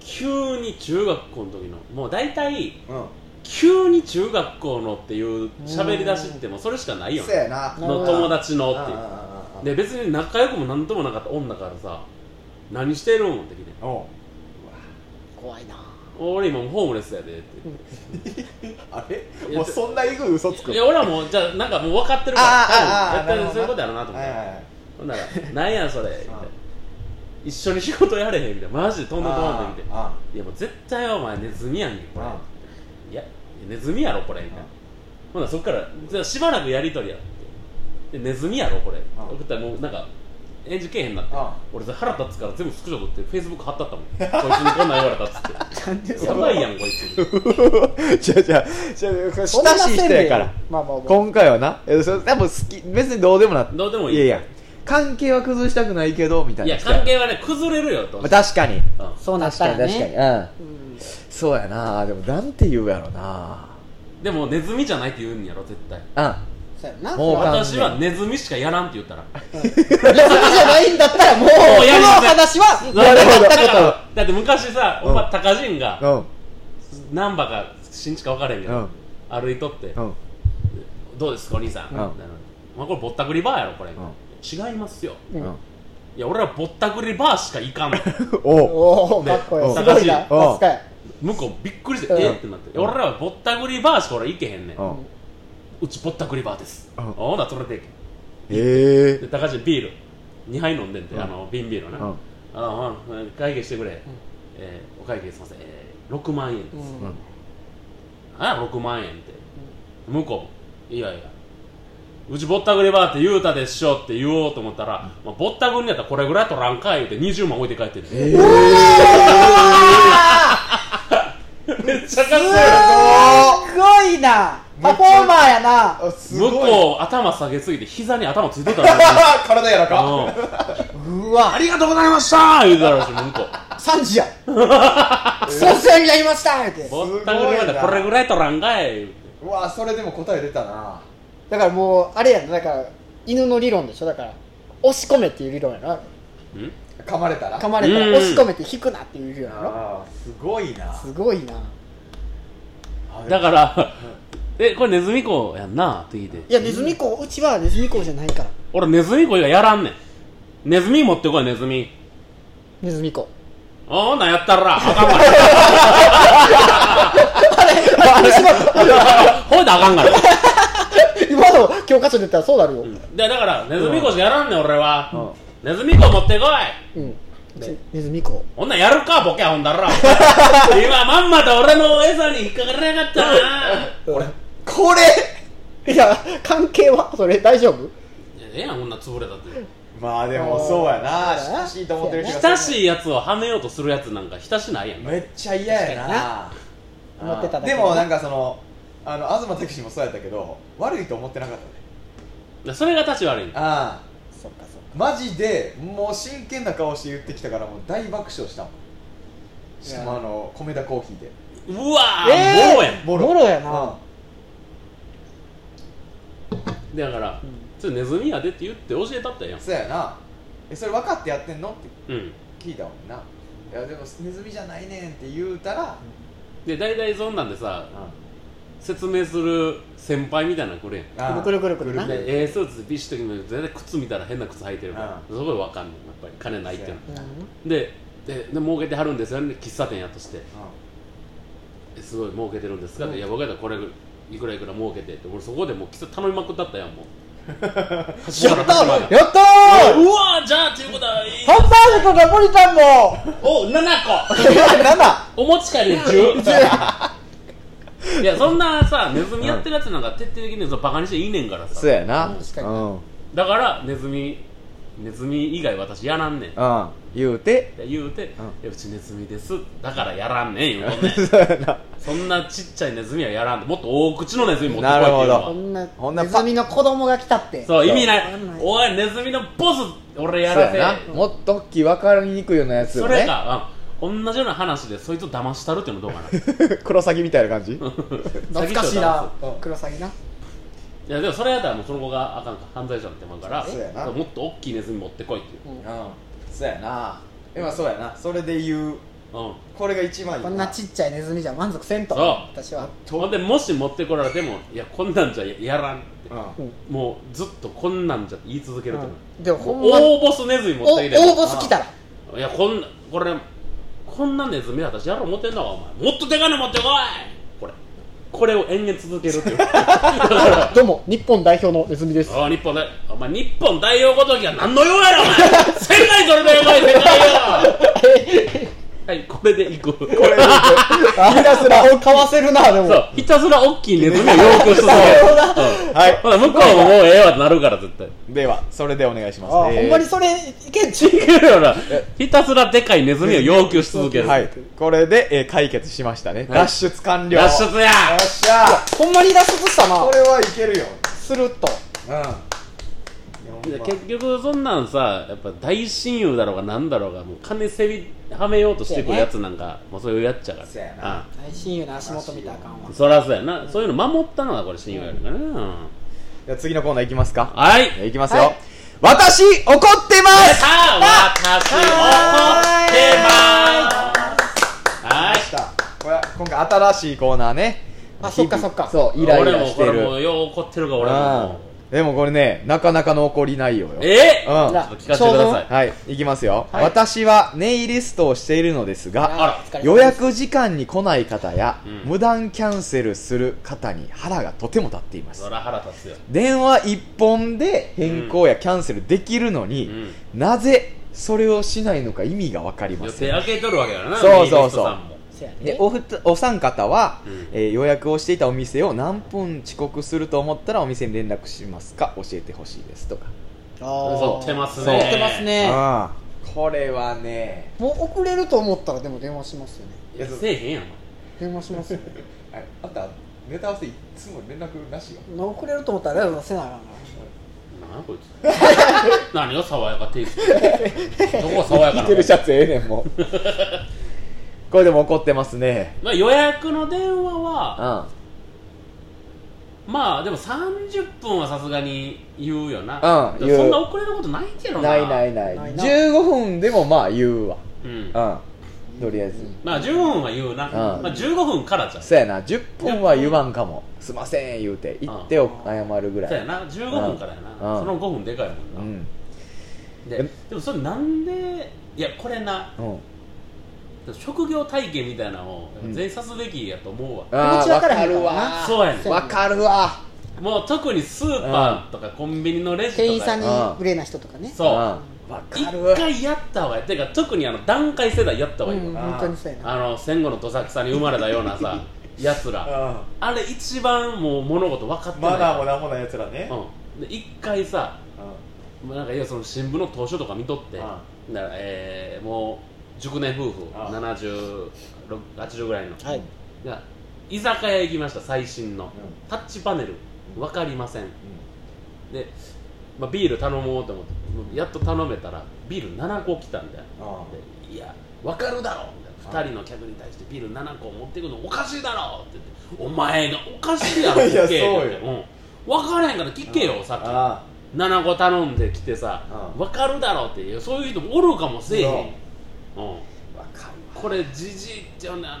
Speaker 2: 急に中学校の時のもう大体
Speaker 4: うん
Speaker 2: 急に中学校のっていう喋り出しってもうそれしかないよ
Speaker 4: そ
Speaker 2: ね
Speaker 4: やな
Speaker 2: の友達のっていう
Speaker 4: あ
Speaker 2: で別に仲良くも何ともなかった女からさ何してるんって聞いて
Speaker 4: おう
Speaker 3: 怖いな。
Speaker 2: 俺今ホームレスやでって
Speaker 4: あ
Speaker 2: い
Speaker 4: れ
Speaker 2: や
Speaker 4: もうそんなえぐい嘘つく
Speaker 2: いや俺はもうじゃあなんかもう分かってるから
Speaker 4: あーあーあー
Speaker 2: 多分
Speaker 4: なるほどな
Speaker 2: 絶対そういうことやろうなと思っ
Speaker 4: はい
Speaker 2: て、
Speaker 4: はいはい
Speaker 2: ほんなら「なんやそ れ」みたいな
Speaker 4: あー
Speaker 2: 一緒に仕事やれへん」みたいなマジで飛んで飛んでみたいな
Speaker 4: あ
Speaker 2: いやもう絶対お前ネズミやんけこれ
Speaker 4: あ
Speaker 2: いやネズミやろこれみたいなほんならそっからじゃあしばらくやりとりやってでネズミやろこれ
Speaker 4: あ
Speaker 2: 送ったらもうなんか返事けえへんなって
Speaker 4: あ
Speaker 2: 俺さ腹立つから全部スクショ撮ってフェイスブック貼った ったもんこいつにこんなん言われたっつってやばいやんこ いつ
Speaker 1: じゃあじゃあじゃあこれ親し
Speaker 3: そんない
Speaker 1: 人やから
Speaker 3: せんべいまあまあまあ。
Speaker 1: 今回はなえそれ多分好き別にどうでもなって
Speaker 2: どうでもいい
Speaker 1: いやいや関係は崩したくないけどみたい
Speaker 2: い
Speaker 1: な
Speaker 2: や関係はね崩れるよと
Speaker 1: まあ確かに
Speaker 2: うん
Speaker 3: そうなっ
Speaker 1: 確
Speaker 3: た
Speaker 1: からに
Speaker 3: ね。
Speaker 1: 確かにうん
Speaker 3: うん
Speaker 1: そうやなでもなんて言うやろな
Speaker 2: でもネズミじゃないって言うんやろ絶対
Speaker 1: う
Speaker 3: そうやな。
Speaker 1: もう
Speaker 3: それは
Speaker 2: 私はネズミしかやらんって言ったら
Speaker 3: ネズミじゃないんだったらもう、この
Speaker 2: もうやりなさい
Speaker 3: 話は、
Speaker 1: なるほど
Speaker 2: だからだって昔さ
Speaker 1: うん
Speaker 2: お前高人が
Speaker 1: ん
Speaker 2: 難波か新地か分からへんけ
Speaker 1: う
Speaker 2: ど
Speaker 1: ん
Speaker 2: 歩いとって
Speaker 1: うん
Speaker 2: 「どうですかお兄さん」
Speaker 1: うん
Speaker 2: みたいなまあこれぼったくりバーやろこれ違いますよ
Speaker 1: うん
Speaker 3: うん
Speaker 2: いや俺らぼったくりバーしか行か んの
Speaker 1: おう
Speaker 3: おー、かっこいい。すごいな。
Speaker 2: うん
Speaker 3: かっこいい。
Speaker 2: 向こうびっくりして
Speaker 3: うん
Speaker 2: えってなっていや俺らはぼったくりバーしか俺行けへんねん
Speaker 1: うん
Speaker 2: うちぼったくりバーです
Speaker 1: うん
Speaker 2: ほなそれで行け
Speaker 1: ええ
Speaker 2: で高橋ビール2杯飲んでんて、あの瓶ビールな、
Speaker 1: うん
Speaker 2: あのうん会計してくれ、えーお会計すいません、えー、6万円です、
Speaker 3: うん
Speaker 2: あ6万円って、向こういやいやうちぼったくりバーって言うたでしょって言おうと思ったら、まあ、ぼったくりやったらこれぐらい取らんかい言うて20万置いて帰ってる、めっちゃかっこいい
Speaker 3: すごいな。パフォーマーやな。
Speaker 4: あす
Speaker 2: 向
Speaker 4: ごい
Speaker 2: こう頭下げすぎて膝に頭ついてたらしい
Speaker 4: 体やらか
Speaker 2: うん
Speaker 3: うわ
Speaker 2: あ、りがとうございました言うてたらしい向こう
Speaker 3: 3時や。 そうそうやりましたって。
Speaker 2: ぼったくりまでこれぐらい取らんかい言うて
Speaker 4: うわそれでも答え出たな
Speaker 3: だからもう、あれやな、だから、犬の理論でしょ、だから。押し込めっていう理論やな。
Speaker 2: ん
Speaker 4: 噛まれたら
Speaker 3: 噛まれたら
Speaker 2: うん
Speaker 3: 押し込めて引くなっていう理論やろ。
Speaker 4: あーすごいな
Speaker 3: すごいな。
Speaker 2: だから、え、これネズミ子やんなって聞いて。
Speaker 3: いや、ネズミ講、うちはネズミ講じゃないから。
Speaker 2: 俺ネズミ子以外やらんねん。ネズミ持ってこい、ネズミ。
Speaker 3: ネズミ 講。
Speaker 2: おーなんやったら、あかんから。ほいであかんから。
Speaker 3: 今の教科書で言ったらそうなるよ。うん。
Speaker 2: で、だから、ネズミ子しかやらんねん、俺は。ネズミ子持ってこい。
Speaker 3: うちネズミ講。
Speaker 2: ほんなんやるか、ボケ、ほんだら。今、まんまと俺の餌に引っかからなかったな。
Speaker 3: これ いや、関係はそれ大丈
Speaker 2: い
Speaker 3: 夫
Speaker 2: やええやん、こんな潰れたって。
Speaker 4: まあでもそうやな
Speaker 3: そうやな
Speaker 4: 親しいと思ってる人
Speaker 2: 親しいやつをはめようとするやつなんか、親しないやんか。
Speaker 4: めっちゃ嫌やな
Speaker 3: 思ってただけ
Speaker 4: でもなんかそのあの東拓司もそうやったけど悪いと思ってなかったね
Speaker 2: いやそれが立ち悪いんだ。
Speaker 4: ああ
Speaker 3: そっかそっか。
Speaker 4: マジでもう真剣な顔して言ってきたからもう大爆笑したもんしかもあの米田コーヒーで
Speaker 2: うわー、
Speaker 3: えー
Speaker 2: もうやん。
Speaker 3: ボロやな。
Speaker 2: だから、
Speaker 3: うん
Speaker 2: ちょっとネズミやでって言って教えたったやん
Speaker 4: そうやなえそれ分かってやってんのって
Speaker 2: うん
Speaker 4: 聞いたもんないやでもネズミじゃないねんって言うたら、
Speaker 2: で大体そんなんでさ
Speaker 4: あ
Speaker 2: 説明する先輩みたいなのくれん
Speaker 4: あ
Speaker 3: くるくるくるくるな
Speaker 4: くるくる
Speaker 2: でええスーツでビシッと決めて絶対靴見たら変な靴履いてるからすごいわかんないやっぱり金ないっていうの
Speaker 4: う
Speaker 2: ででで儲けてはるんですよね喫茶店やとしてえすごい儲けてるんですかって、いや僕やったらこれいくらいくら儲けてって俺そこでもう喫茶頼みまくったったやんもうやった
Speaker 3: やったー
Speaker 2: うわーじゃあということはいい
Speaker 3: ハンバーグとナポリタ ンも
Speaker 2: お七7個
Speaker 4: なんだ
Speaker 2: お持ち帰りで10いやそんなさネズミやってるやつなんか徹底的にそのバカにしていいねんからさ
Speaker 1: そうやな
Speaker 2: うん
Speaker 3: 確かに
Speaker 1: うん
Speaker 2: だからネズミネズミ以外私やらんねんっ
Speaker 1: うん言うて
Speaker 2: て言うて、
Speaker 1: ん
Speaker 2: いやうちネズミですだからやらんねん言うとんねんそんなちっちゃいネズミはやらんもっと大口のネズミ持ってこいっていう
Speaker 1: な
Speaker 2: の
Speaker 1: る
Speaker 2: は
Speaker 1: ほ
Speaker 3: こんな
Speaker 1: ほんな
Speaker 3: ネズミの子供が来たって
Speaker 2: そう意味ない
Speaker 3: そう
Speaker 2: おいネズミのボス俺や
Speaker 1: そう
Speaker 2: らせ
Speaker 1: やなもっと大きい分かりにくいようなやつ
Speaker 2: そ
Speaker 1: よ
Speaker 2: れ
Speaker 1: ね
Speaker 2: か、うん、同じような話でそいつを騙したるっていうのどうかな
Speaker 1: 黒詐欺みたいな感じ
Speaker 3: 懐かしいなクロサギない
Speaker 2: やでもそれやったらもうその子があかんか犯罪者になってまうから
Speaker 4: そうやな
Speaker 2: もっと大きいネズミ持ってこいっていう、
Speaker 3: う
Speaker 4: う
Speaker 3: ん
Speaker 4: んそうやな今そうやなそれで言う
Speaker 2: うん、
Speaker 4: これが一番いい
Speaker 3: こんなちっちゃいネズミじゃ満足せんと
Speaker 2: そう
Speaker 3: 私は
Speaker 2: ほんでもし持ってこられてもいやこんなんじゃやらんって
Speaker 4: うん
Speaker 2: もうずっとこんなんじゃ言い続けると思
Speaker 3: うんでも
Speaker 2: う、
Speaker 3: ほん
Speaker 2: もう
Speaker 3: ま
Speaker 2: 大ボスネズミ持
Speaker 3: お
Speaker 2: ってきても
Speaker 3: 大ボス来たら
Speaker 2: いやこんなこれこんなネズミ私やろう思ってんだわお前もっとでかいの持ってこいこれこれを延々続けるっていう
Speaker 3: どうも日本代表のネズミです
Speaker 2: ああ日本代お前日本代表ごときは何の用やろお 前仙台それでうまい世界よはいこれでいくこれ
Speaker 3: ひたすら顔かわせるなでも
Speaker 2: そうひたすら大きいネズミを要求し続ける、うん
Speaker 1: はい
Speaker 2: ほら向こうももうええわってなるから絶対
Speaker 1: ではそれでお願いします
Speaker 3: あ
Speaker 1: えー
Speaker 3: ほんまにそれいけんち
Speaker 2: いけるよな ひたすらでかいネズミを要求し続ける
Speaker 1: はいこれで、えー解決しましたね、
Speaker 2: はい
Speaker 1: 脱出完了
Speaker 2: 脱出や
Speaker 4: よっしゃ
Speaker 3: ほんまに脱出したな
Speaker 4: これはいけるよ
Speaker 3: スルッと
Speaker 4: うんいやほん
Speaker 2: いや
Speaker 4: ま
Speaker 2: 結局そんなんさやっぱ大親友だろうがなんだろうがもう金せびはめようとしてくるやつなんかもうそういうやっちゃから
Speaker 4: そうやな
Speaker 2: あ
Speaker 3: 大親友の足元見たらあかんわ
Speaker 2: あそらそうやな、そういうの守ったのはこれ親友やるからな、
Speaker 1: じゃあ次のコーナーいきますか
Speaker 2: はい
Speaker 1: いきますよ、
Speaker 3: はい
Speaker 1: 私怒ってま
Speaker 2: さ
Speaker 1: す
Speaker 2: あ私をってますはい
Speaker 4: した
Speaker 1: これ今回新しいコーナーね
Speaker 3: あそっかそっか
Speaker 1: そうイライ
Speaker 2: 俺
Speaker 1: ラ
Speaker 2: も
Speaker 1: し
Speaker 2: こ
Speaker 1: て
Speaker 2: れ
Speaker 1: る
Speaker 2: もうよう怒ってるから俺も
Speaker 1: うんでもこれねなかなかの怒り内容よ
Speaker 2: え
Speaker 1: う
Speaker 2: ー、
Speaker 1: ん
Speaker 3: じ
Speaker 2: ち
Speaker 3: ゃあ
Speaker 2: ょっと聞かせてください
Speaker 1: はい、いきますよ、
Speaker 3: はい
Speaker 1: 私はネイリストをしているのですが、
Speaker 2: あ
Speaker 3: ら
Speaker 1: 予約時間に来ない方や、
Speaker 2: うん
Speaker 1: 無断キャンセルする方に腹がとても立っています
Speaker 2: そ。ら腹立つよ、
Speaker 1: 電話一本で変更やキャンセルできるの
Speaker 2: う
Speaker 1: に、
Speaker 2: ん、
Speaker 1: なぜそれをしないのか意味がわかりま
Speaker 2: 予
Speaker 1: せ
Speaker 2: 定
Speaker 1: ん。
Speaker 2: 開けとるわけだからな
Speaker 1: そうそうそう
Speaker 2: ミニリストさんも
Speaker 3: せやね
Speaker 1: でおふたお三方は、
Speaker 2: うん
Speaker 1: えー予約をしていたお店を何分遅刻すると思ったらお店に連絡しますか教えてほしいですとか、
Speaker 2: 怒ってますね
Speaker 3: 怒ってますね
Speaker 1: あ
Speaker 4: これはね
Speaker 3: もう遅れると思ったらでも電話しますよね
Speaker 4: いやそう
Speaker 2: せえへんやん
Speaker 3: 電話しますよね
Speaker 4: ああんたネタ合わせいつも連絡なしよ
Speaker 3: 遅れると思ったら電話せなあかんから
Speaker 2: 何こいつ 何が爽やかテイストどこが爽や
Speaker 1: あ
Speaker 2: か
Speaker 1: 着
Speaker 2: な
Speaker 1: て
Speaker 2: の
Speaker 1: るシャツええねんもう これでも怒ってますね
Speaker 2: まあ予約の電話
Speaker 1: うん
Speaker 2: は
Speaker 1: うん
Speaker 2: まあでも30分はさすがに言うよな
Speaker 1: うん
Speaker 2: で
Speaker 1: 言う
Speaker 2: もそんな遅れることないけどな
Speaker 1: ないないない
Speaker 3: ないな
Speaker 1: 15分でもまあ言うわ
Speaker 2: うん
Speaker 1: うんとりあえず
Speaker 2: まあ15分は言うな、
Speaker 1: うん
Speaker 2: まあ、15分からじゃんそ
Speaker 1: そうやな10分は言わんかもすいません言うて言ってお謝るぐら
Speaker 2: うや
Speaker 1: い
Speaker 2: な15分からやな、
Speaker 1: うん
Speaker 2: その5分でかいもん
Speaker 1: う
Speaker 2: な、
Speaker 1: ん
Speaker 2: ででもそれなんでいやこれな
Speaker 1: うん
Speaker 2: 職業体験みたいなのを
Speaker 1: うん
Speaker 2: 全員さすべきやと思うわ、
Speaker 1: あ
Speaker 3: 気
Speaker 1: ー
Speaker 3: 持ちわ
Speaker 1: わ
Speaker 3: から
Speaker 1: か
Speaker 3: へんから
Speaker 1: る
Speaker 3: な
Speaker 1: わ
Speaker 2: そうやねん
Speaker 3: そう
Speaker 1: わかるわ
Speaker 2: もう特にスーパーとかコンビニのレジとか
Speaker 3: 店員さん
Speaker 2: に
Speaker 3: に
Speaker 1: うん
Speaker 3: 無礼な人とかね
Speaker 1: うん
Speaker 2: そう、
Speaker 1: わかる
Speaker 2: 一回やった方がいいてか特にあの段階世代やった方が
Speaker 3: う
Speaker 2: いい
Speaker 3: ん
Speaker 2: わ、
Speaker 3: 本当にそうやな
Speaker 2: あの戦後のどさくさに生まれたような さやつら
Speaker 4: う
Speaker 2: あれ一番もう物事分かって
Speaker 4: ん
Speaker 2: ない
Speaker 4: マナーもなんもないやつらね
Speaker 2: うんで一回さまあなんかいやその新聞の投書とか見とってだか
Speaker 4: あ
Speaker 2: ら、えーもう熟年夫婦
Speaker 4: ああ
Speaker 2: 70 80ぐらいの
Speaker 3: はい
Speaker 2: が居酒屋行きました最新の、
Speaker 4: う
Speaker 2: タッチパネル分かりません
Speaker 4: う
Speaker 2: で、まあ、ビール頼もうと思ってやっと頼めたらビール7個来たんだよ
Speaker 4: んうん
Speaker 2: でいや分かるだろみたいな2人の客に対してビール7個持ってくのおかしいだろって言ってお前がおかしいやろ
Speaker 4: いや
Speaker 2: 聞けよ
Speaker 4: そう
Speaker 2: って
Speaker 4: よ
Speaker 2: うん分からへんから聞けよさっき
Speaker 4: あ
Speaker 2: 7個頼んできてさ
Speaker 4: うん
Speaker 2: 分かるだろっていやそういう人もおるかもせえへん
Speaker 4: そう
Speaker 2: うん
Speaker 4: あわかる
Speaker 2: これじじいってよねあのなん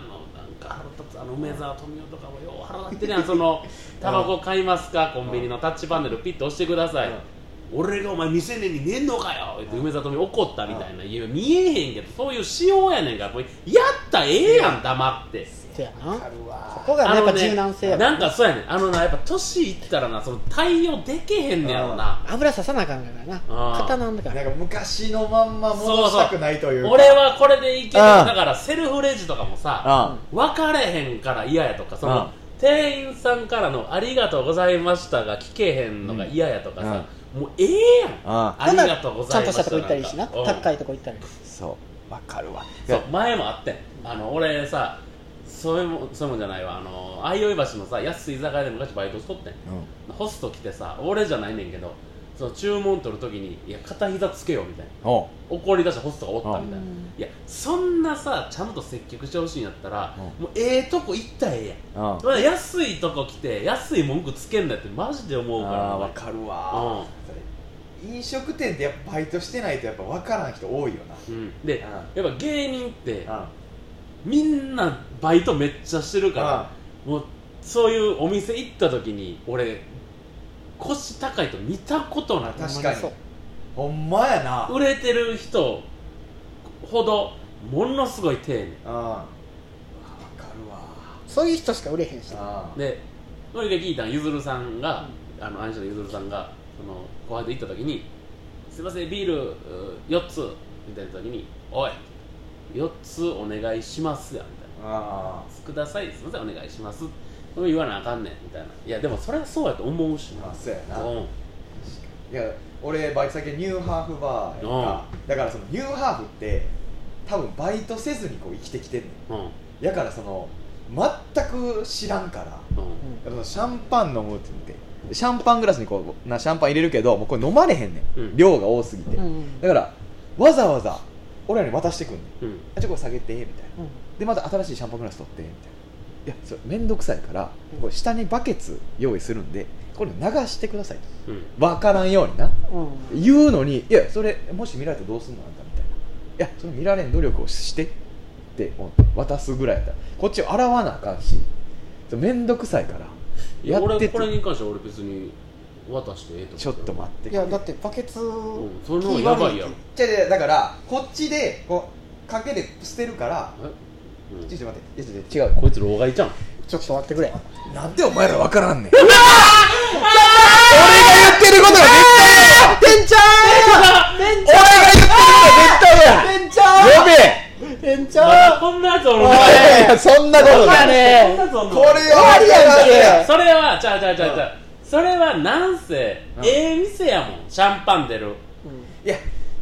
Speaker 2: か腹立つあの梅沢富美男とかもよう腹立ってるやんそのタバコ買いますかコンビニのタッチパネルピッと押してください、
Speaker 4: うん
Speaker 2: 俺がお前未成年にねんのかよって梅沢富美男怒ったみたいな、いや見えへんけどそういう仕様やねんからこれやったらええやん黙って
Speaker 3: そうやな
Speaker 4: わかるわ
Speaker 3: ここがねやっぱ柔軟性や
Speaker 2: なんかそうやねんあのなやっぱ年いったらなその対応できへんねやろな、
Speaker 3: 油刺さなあかんからな
Speaker 2: あー
Speaker 3: 刀なんだか
Speaker 4: な
Speaker 3: ら
Speaker 4: んか昔のまんま戻したくないというか
Speaker 2: 俺はこれでいける
Speaker 1: うん
Speaker 2: だからセルフレジとかもさ、
Speaker 1: うん
Speaker 2: 分かれへんから嫌やとかその、
Speaker 1: うん
Speaker 2: 店員さんからの「ありがとうございました」が聞けへんのが嫌やとかさ、もうええやん
Speaker 1: あ
Speaker 2: ありがとうご
Speaker 3: ちゃ
Speaker 2: ざ
Speaker 3: ん
Speaker 2: いま
Speaker 3: と
Speaker 2: し
Speaker 3: し
Speaker 2: たた
Speaker 3: とこ行ったりしな
Speaker 2: なんかうん
Speaker 3: 高いとこ行ったり
Speaker 1: そうわかるわ
Speaker 2: そう前もあってんあの俺さそれもそれもじゃないわあの相生橋のさ安い居酒屋で昔バイトしとってん
Speaker 1: う
Speaker 2: ホスト来てさ俺じゃないねんけどその注文取るときに「いや片膝つけよ」みたいなん
Speaker 1: おう
Speaker 2: 怒り出したホストがおったみたいな
Speaker 3: うん
Speaker 2: いやそんなさちゃんと接客してほしいんやったら、
Speaker 1: う
Speaker 2: もうええとこ行ったらええやん
Speaker 1: うん
Speaker 2: まあ安いとこ来て安い文句つけんなってマジで思うから
Speaker 1: あー
Speaker 2: 俺
Speaker 1: わ
Speaker 4: かるわそれ飲食店でやっぱバイトしてないとやっぱ分からん人多いよな
Speaker 2: うん、でや
Speaker 4: う
Speaker 2: っぱ芸人って
Speaker 4: ん
Speaker 2: みんなバイトめっちゃしてるから
Speaker 4: あ
Speaker 2: もうそういうお店行った時に俺腰高いと見たことない
Speaker 4: 確
Speaker 3: ほんま
Speaker 4: かに
Speaker 3: そう
Speaker 4: ほんまやな
Speaker 2: 売れてる人ほどものすごい丁寧
Speaker 4: うんわかるわ
Speaker 3: そういう人しか売れへんし
Speaker 4: うん
Speaker 2: でそれで聞いたのゆずるさんが、あのアニシのゆずるさんがその後輩と行った時に「すいませんビールう4つ」みたいな時に「おい4つお願いしますや」みたいな
Speaker 4: あ
Speaker 2: 「くださいすいませんお願いします」それ言わなあかんねんみたいな「いやでもそれはそうやと思うし
Speaker 4: ー
Speaker 2: な
Speaker 4: まあそうや」な
Speaker 2: うん
Speaker 4: いや俺バイト先ニューハーフバーやんかだからそのニューハーフって多分バイトせずにこう生きてきてんね
Speaker 2: うんうん
Speaker 4: んやからその全く知らんからやっぱシャンパン飲むって言ってシャンパングラスにこうなシャンパン入れるけどもうこれ飲まれへんねん、
Speaker 2: うん
Speaker 4: 量が多すぎて、
Speaker 3: うんう
Speaker 4: だ
Speaker 3: ん
Speaker 4: からわざわざ俺らに渡してくんねん
Speaker 2: うん
Speaker 4: あちょっとこれ下げてみたいなでまた新しいシャンパングラス取ってみたいないやそれ面倒くさいから
Speaker 3: うん
Speaker 4: これ下にバケツ用意するんでこれ流してくださいと
Speaker 2: うん
Speaker 4: 分からんようにな
Speaker 3: うん
Speaker 4: 言うのにいやそれもし見られたらどうすんのあんたみたいないやそれ見られん努力をしてって思って渡すぐらいやったらこっちを洗わなあかんしそれ面倒くさいから
Speaker 2: いや
Speaker 4: やってて
Speaker 2: 俺これに関しては俺別に渡してええと
Speaker 4: ちょっと待って
Speaker 3: いやだってバケツ
Speaker 2: 思ううんそれのやばいやん
Speaker 4: じゃだからこっちでこうかけで捨てるから
Speaker 2: えうん
Speaker 4: ちょっと待っていやちょっと違う
Speaker 2: こいつ老害 じゃん
Speaker 3: ちょっと待ってくれ
Speaker 4: なんでお前ら分からんねん俺が言ってることが絶
Speaker 3: てんちゃんてんち
Speaker 1: 俺
Speaker 3: ゃん
Speaker 1: が言ってるのは絶対
Speaker 3: てんちゃん
Speaker 1: ややべ
Speaker 3: てんち
Speaker 2: ま
Speaker 3: ゃ
Speaker 2: だ
Speaker 3: ん
Speaker 2: こんなやつおる
Speaker 1: えいやそんなことない
Speaker 2: ねこんなやつおる
Speaker 4: これ
Speaker 3: 終わりやんけ
Speaker 2: それはちゃうちゃうちゃうちゃうそれはなんせええ店やもんシャンパン出る
Speaker 4: いや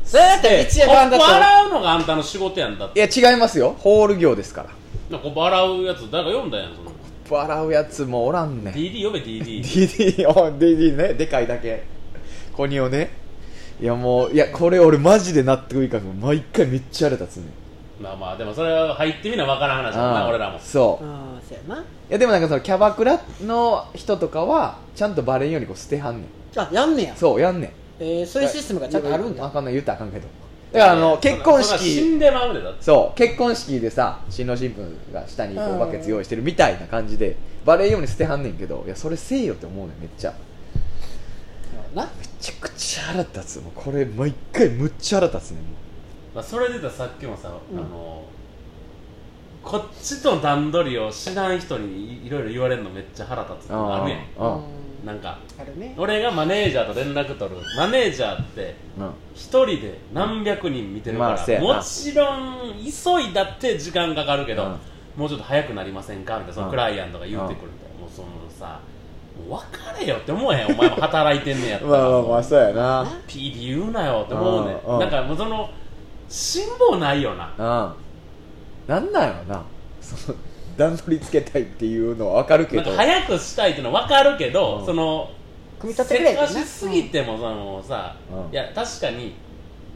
Speaker 3: それだって
Speaker 2: で
Speaker 3: 一夜晩だ
Speaker 2: コップ
Speaker 3: と
Speaker 2: 洗うのがあんたの仕事やんだって
Speaker 1: いや違いますよホール業ですから
Speaker 2: なんかコップ洗うやつ誰か読んだやんその
Speaker 1: 笑うやつもおらんねん
Speaker 2: DD 呼べ DD
Speaker 1: DD お DD ねでかいだけコニオねいやもういやこれ俺マジで納得いかん毎回めっちゃ荒れたつね
Speaker 2: まあまあでもそれは入ってみなわからん話やもんな俺らも
Speaker 1: そう
Speaker 3: ああそうやない
Speaker 1: やでもなんかそのキャバクラの人とかはちゃんとバレんようにこう捨てはんねん
Speaker 3: あやんねや
Speaker 1: そうやんねん
Speaker 3: えーそういうシステムがちゃんとあるん
Speaker 1: あ
Speaker 3: だ
Speaker 1: かんない言ったらあかんけどだからあの結婚
Speaker 2: そんな死
Speaker 1: 式
Speaker 2: んでまうでだって
Speaker 1: そう結婚式でさ新郎新婦が下にこ
Speaker 3: う
Speaker 1: うんバケツ用意してるみたいな感じでバレんように捨てはんねんけどいやそれせえよって思うねんめっちゃ
Speaker 3: な
Speaker 1: めちゃくちゃ腹立つもうこれ毎回むっちゃ腹立つねんも
Speaker 2: まあそれで言ったらさっきもさあ
Speaker 3: うん
Speaker 2: のこっちと段取りを知らん人にいいろいろ言われるのめっちゃ腹立つ
Speaker 1: う
Speaker 2: のあるや
Speaker 1: う
Speaker 3: うん
Speaker 2: んなんか
Speaker 3: あるね
Speaker 2: 俺がマネージャーと連絡取るマネージャーって
Speaker 1: うん
Speaker 2: 一人で何百人見てるから、
Speaker 1: まあせやな
Speaker 2: もちろん急いだって時間かかるけど、
Speaker 1: うん
Speaker 2: もうちょっと早くなりませんかみたいなその
Speaker 1: うん
Speaker 2: クライアントが言ってくるみたいな、もうそのさもう別れよって思えへんお前も働いてんねや ったら
Speaker 1: そうやな
Speaker 2: ピーで言うなよって思うね、
Speaker 1: うんうん
Speaker 2: なんかもうその辛抱ないよな
Speaker 1: うんなんなんやろなその段取りつけたいっていうのは分かるけ
Speaker 2: なん
Speaker 1: ど
Speaker 2: か早くしたいっていうのは分かるけど、
Speaker 1: うん
Speaker 2: その
Speaker 3: 組み立てくれ
Speaker 2: せっかしすぎてもそのさ、
Speaker 1: うん
Speaker 2: いや確かに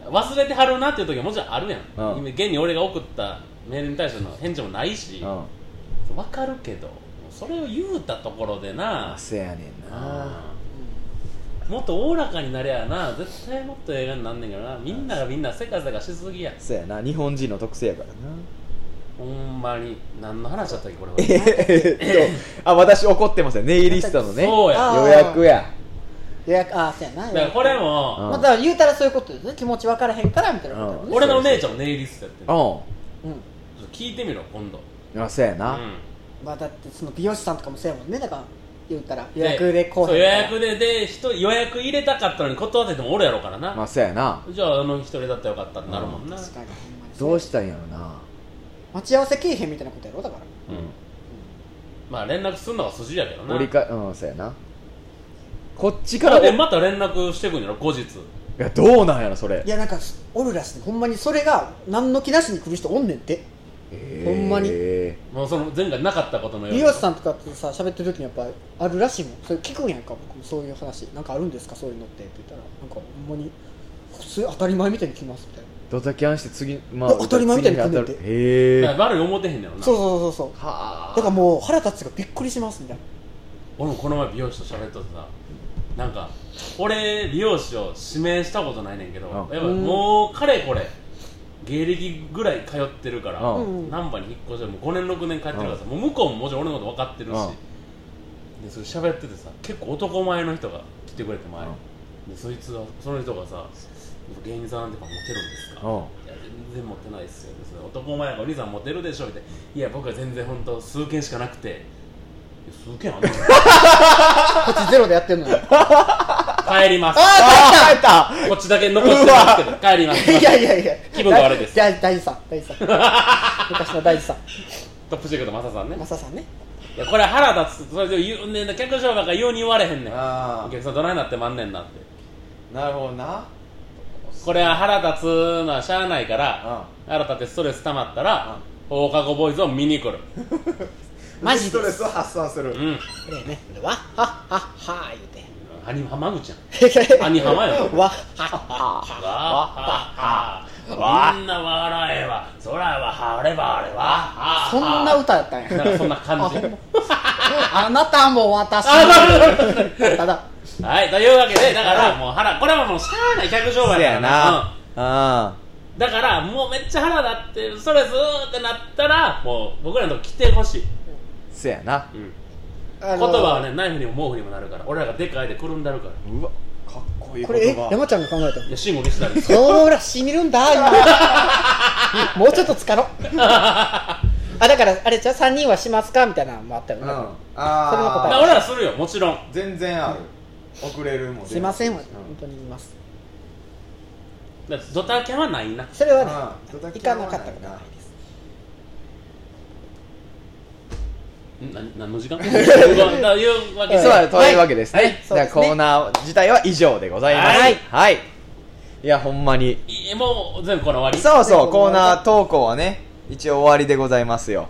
Speaker 2: 忘れてはるなっていう時はもちろんあるやん、
Speaker 1: うん
Speaker 2: 今現に俺が送ったメールに対しての返事もないし、
Speaker 1: うん
Speaker 2: 分かるけどそれを言うたところでな
Speaker 1: あ、せやねんな
Speaker 2: うんもっとおおらかになりゃな絶対もっと映画になんねんけどなみんながみんなせかせかしすぎや
Speaker 1: そうやな日本人の特性やからな
Speaker 2: ほんまに何の話だったっけこれは
Speaker 1: え ーっとあ私怒ってますよネイリストのね
Speaker 2: そうや
Speaker 3: あ
Speaker 1: 予約や
Speaker 3: 予約ああそうやな
Speaker 2: だからこれ
Speaker 1: う
Speaker 2: も
Speaker 1: ん
Speaker 3: まあだから言うたらそういうことですね気持ち分からへんからみたいなことだもんね
Speaker 2: 俺のお姉ちゃんもネイリストやってる
Speaker 1: う
Speaker 2: ち
Speaker 3: うん
Speaker 2: ょっと聞いてみろ今度
Speaker 1: んあそうや
Speaker 2: う
Speaker 1: なん
Speaker 3: まあだってその美容師さんとかもそうやもんねだから言うたら
Speaker 2: で
Speaker 3: 予約でこう
Speaker 2: そう予
Speaker 3: や
Speaker 2: 約でで人予約入れたかったのに断っててもおるやろからな、
Speaker 1: まあそうやな
Speaker 2: じゃああの一人だったらよかったってなるもんな、
Speaker 3: 確かにほんまに
Speaker 1: どうしたんやろな
Speaker 3: 待ち合わせけえへんみたいなことやろだから
Speaker 2: うんまあ連絡すんのが筋やけどな
Speaker 1: 折りかうんそうやな
Speaker 4: こっちか
Speaker 2: ほ
Speaker 4: ら
Speaker 2: んで
Speaker 4: い
Speaker 2: また連絡してくんやろ後日
Speaker 4: やどうなんやろそれ
Speaker 3: いやなんかおるらしいほんまにそれが何の気なしに来る人おんねんってほんまに
Speaker 4: え
Speaker 2: もうその前回なかったことのように
Speaker 3: 美容師さんとかとさ喋ってる時にやっぱあるらしいもんそれ聞くんやんか僕もそういう話なんかあるんですかそういうのってって言ったらなんかほんまに普通当たり前みたいに来ますみたいな
Speaker 4: ドタキャンして次ま
Speaker 3: いや当たり前みたいに来んねんて
Speaker 4: 次に当たるへえ
Speaker 2: だから悪い思ってへんねやろな
Speaker 3: そうそうそうそう
Speaker 4: はあ
Speaker 3: だからもう腹立つがびっくりしますみたいな
Speaker 2: 俺もこの前美容師と喋っとってさなんか俺美容師を指名したことないねんけどやっ
Speaker 4: うん
Speaker 2: ぱもうかれこれ芸歴ぐらい通ってるから
Speaker 4: うん
Speaker 2: 難波に引っ越してもう5年6年通ってるからさもう向こうももちろん俺のこと分かってるしでそれ喋っててさ結構男前の人が来てくれて前でそいつがその人がさ芸人さんとかモテるんですか
Speaker 4: うん
Speaker 2: いや全然モテないっすよねそれ男前やからお兄さんモテるでしょみたいないや僕は全然本当数件しかなくていや数件あんの
Speaker 3: こっちゼロでやってんのに
Speaker 2: 帰ります
Speaker 4: あー帰っ
Speaker 2: こっちだけ残してますけど帰ります
Speaker 3: いやいやいや
Speaker 2: 気分が悪いです
Speaker 3: じゃあ大事さん大 事さん昔の大事さん
Speaker 2: トップシークレットマサさんね
Speaker 3: マサさんね
Speaker 2: いやこれ腹立つそれで言うねんな客商売から言うに言われへんねん
Speaker 1: た
Speaker 2: お
Speaker 1: あ
Speaker 2: 客さんどないなってまんねんなって
Speaker 1: あなるほどな
Speaker 2: これは腹立つのはしゃあないから
Speaker 1: う
Speaker 2: 腹立ってストレス溜まったら放課後ボーイズを見に来る
Speaker 3: マジで
Speaker 1: ストレスを発散する
Speaker 2: うん
Speaker 3: これねわっはっはっはー言うて
Speaker 2: アニ浜口やん
Speaker 3: わ
Speaker 2: アニ浜やん
Speaker 3: っはっは
Speaker 2: わはははみんな笑えば空は晴ればあれは
Speaker 3: そんな歌やったん
Speaker 2: なん
Speaker 3: や
Speaker 2: かそんな感じ
Speaker 3: あなたも私もただ
Speaker 2: はいというわけでだからもう腹これはもうしゃあない客商
Speaker 1: そ
Speaker 2: 売
Speaker 1: う
Speaker 2: だか
Speaker 1: や
Speaker 2: ら
Speaker 1: なあ
Speaker 2: うんだからもうめっちゃ腹立ってストレスってなったらもう僕らのとこ来てほしい
Speaker 1: そうやな
Speaker 2: うん
Speaker 3: あ
Speaker 2: 言
Speaker 3: の
Speaker 2: 葉はねナイフにも毛布にもなるから俺らがでかいでくるんだるから
Speaker 1: うわかっこいい
Speaker 3: これ
Speaker 1: 言
Speaker 3: え
Speaker 1: 葉
Speaker 3: 山ちゃんが考えた
Speaker 2: いや慎吾見せたり
Speaker 3: のほらしみるんだ今 もうちょっと 使ろうあだからあれじゃあ3人はしますかみたいなのもあったよ
Speaker 1: う
Speaker 3: ね、
Speaker 1: んあ
Speaker 3: それの
Speaker 1: あ
Speaker 3: 答え
Speaker 2: 俺らするよもちろん
Speaker 1: 全然ある遅れるもん
Speaker 3: すいません
Speaker 1: う
Speaker 3: は本当に言います
Speaker 2: だってドタキャンはないな
Speaker 3: それはね
Speaker 1: うん
Speaker 3: 行かなかったことはないです
Speaker 2: んな何の時間 というわけで
Speaker 1: そうだというわけですね、
Speaker 3: はいはい
Speaker 1: じゃあコーナー自体は以上でございます
Speaker 2: はい
Speaker 1: はい、い、やほんまに
Speaker 2: いもう全部この終わ
Speaker 1: そうそう
Speaker 3: コ
Speaker 1: コ
Speaker 3: ー
Speaker 1: ー
Speaker 3: ナ
Speaker 1: ナ
Speaker 3: ー
Speaker 1: ー投稿はね一応終わりでございますよ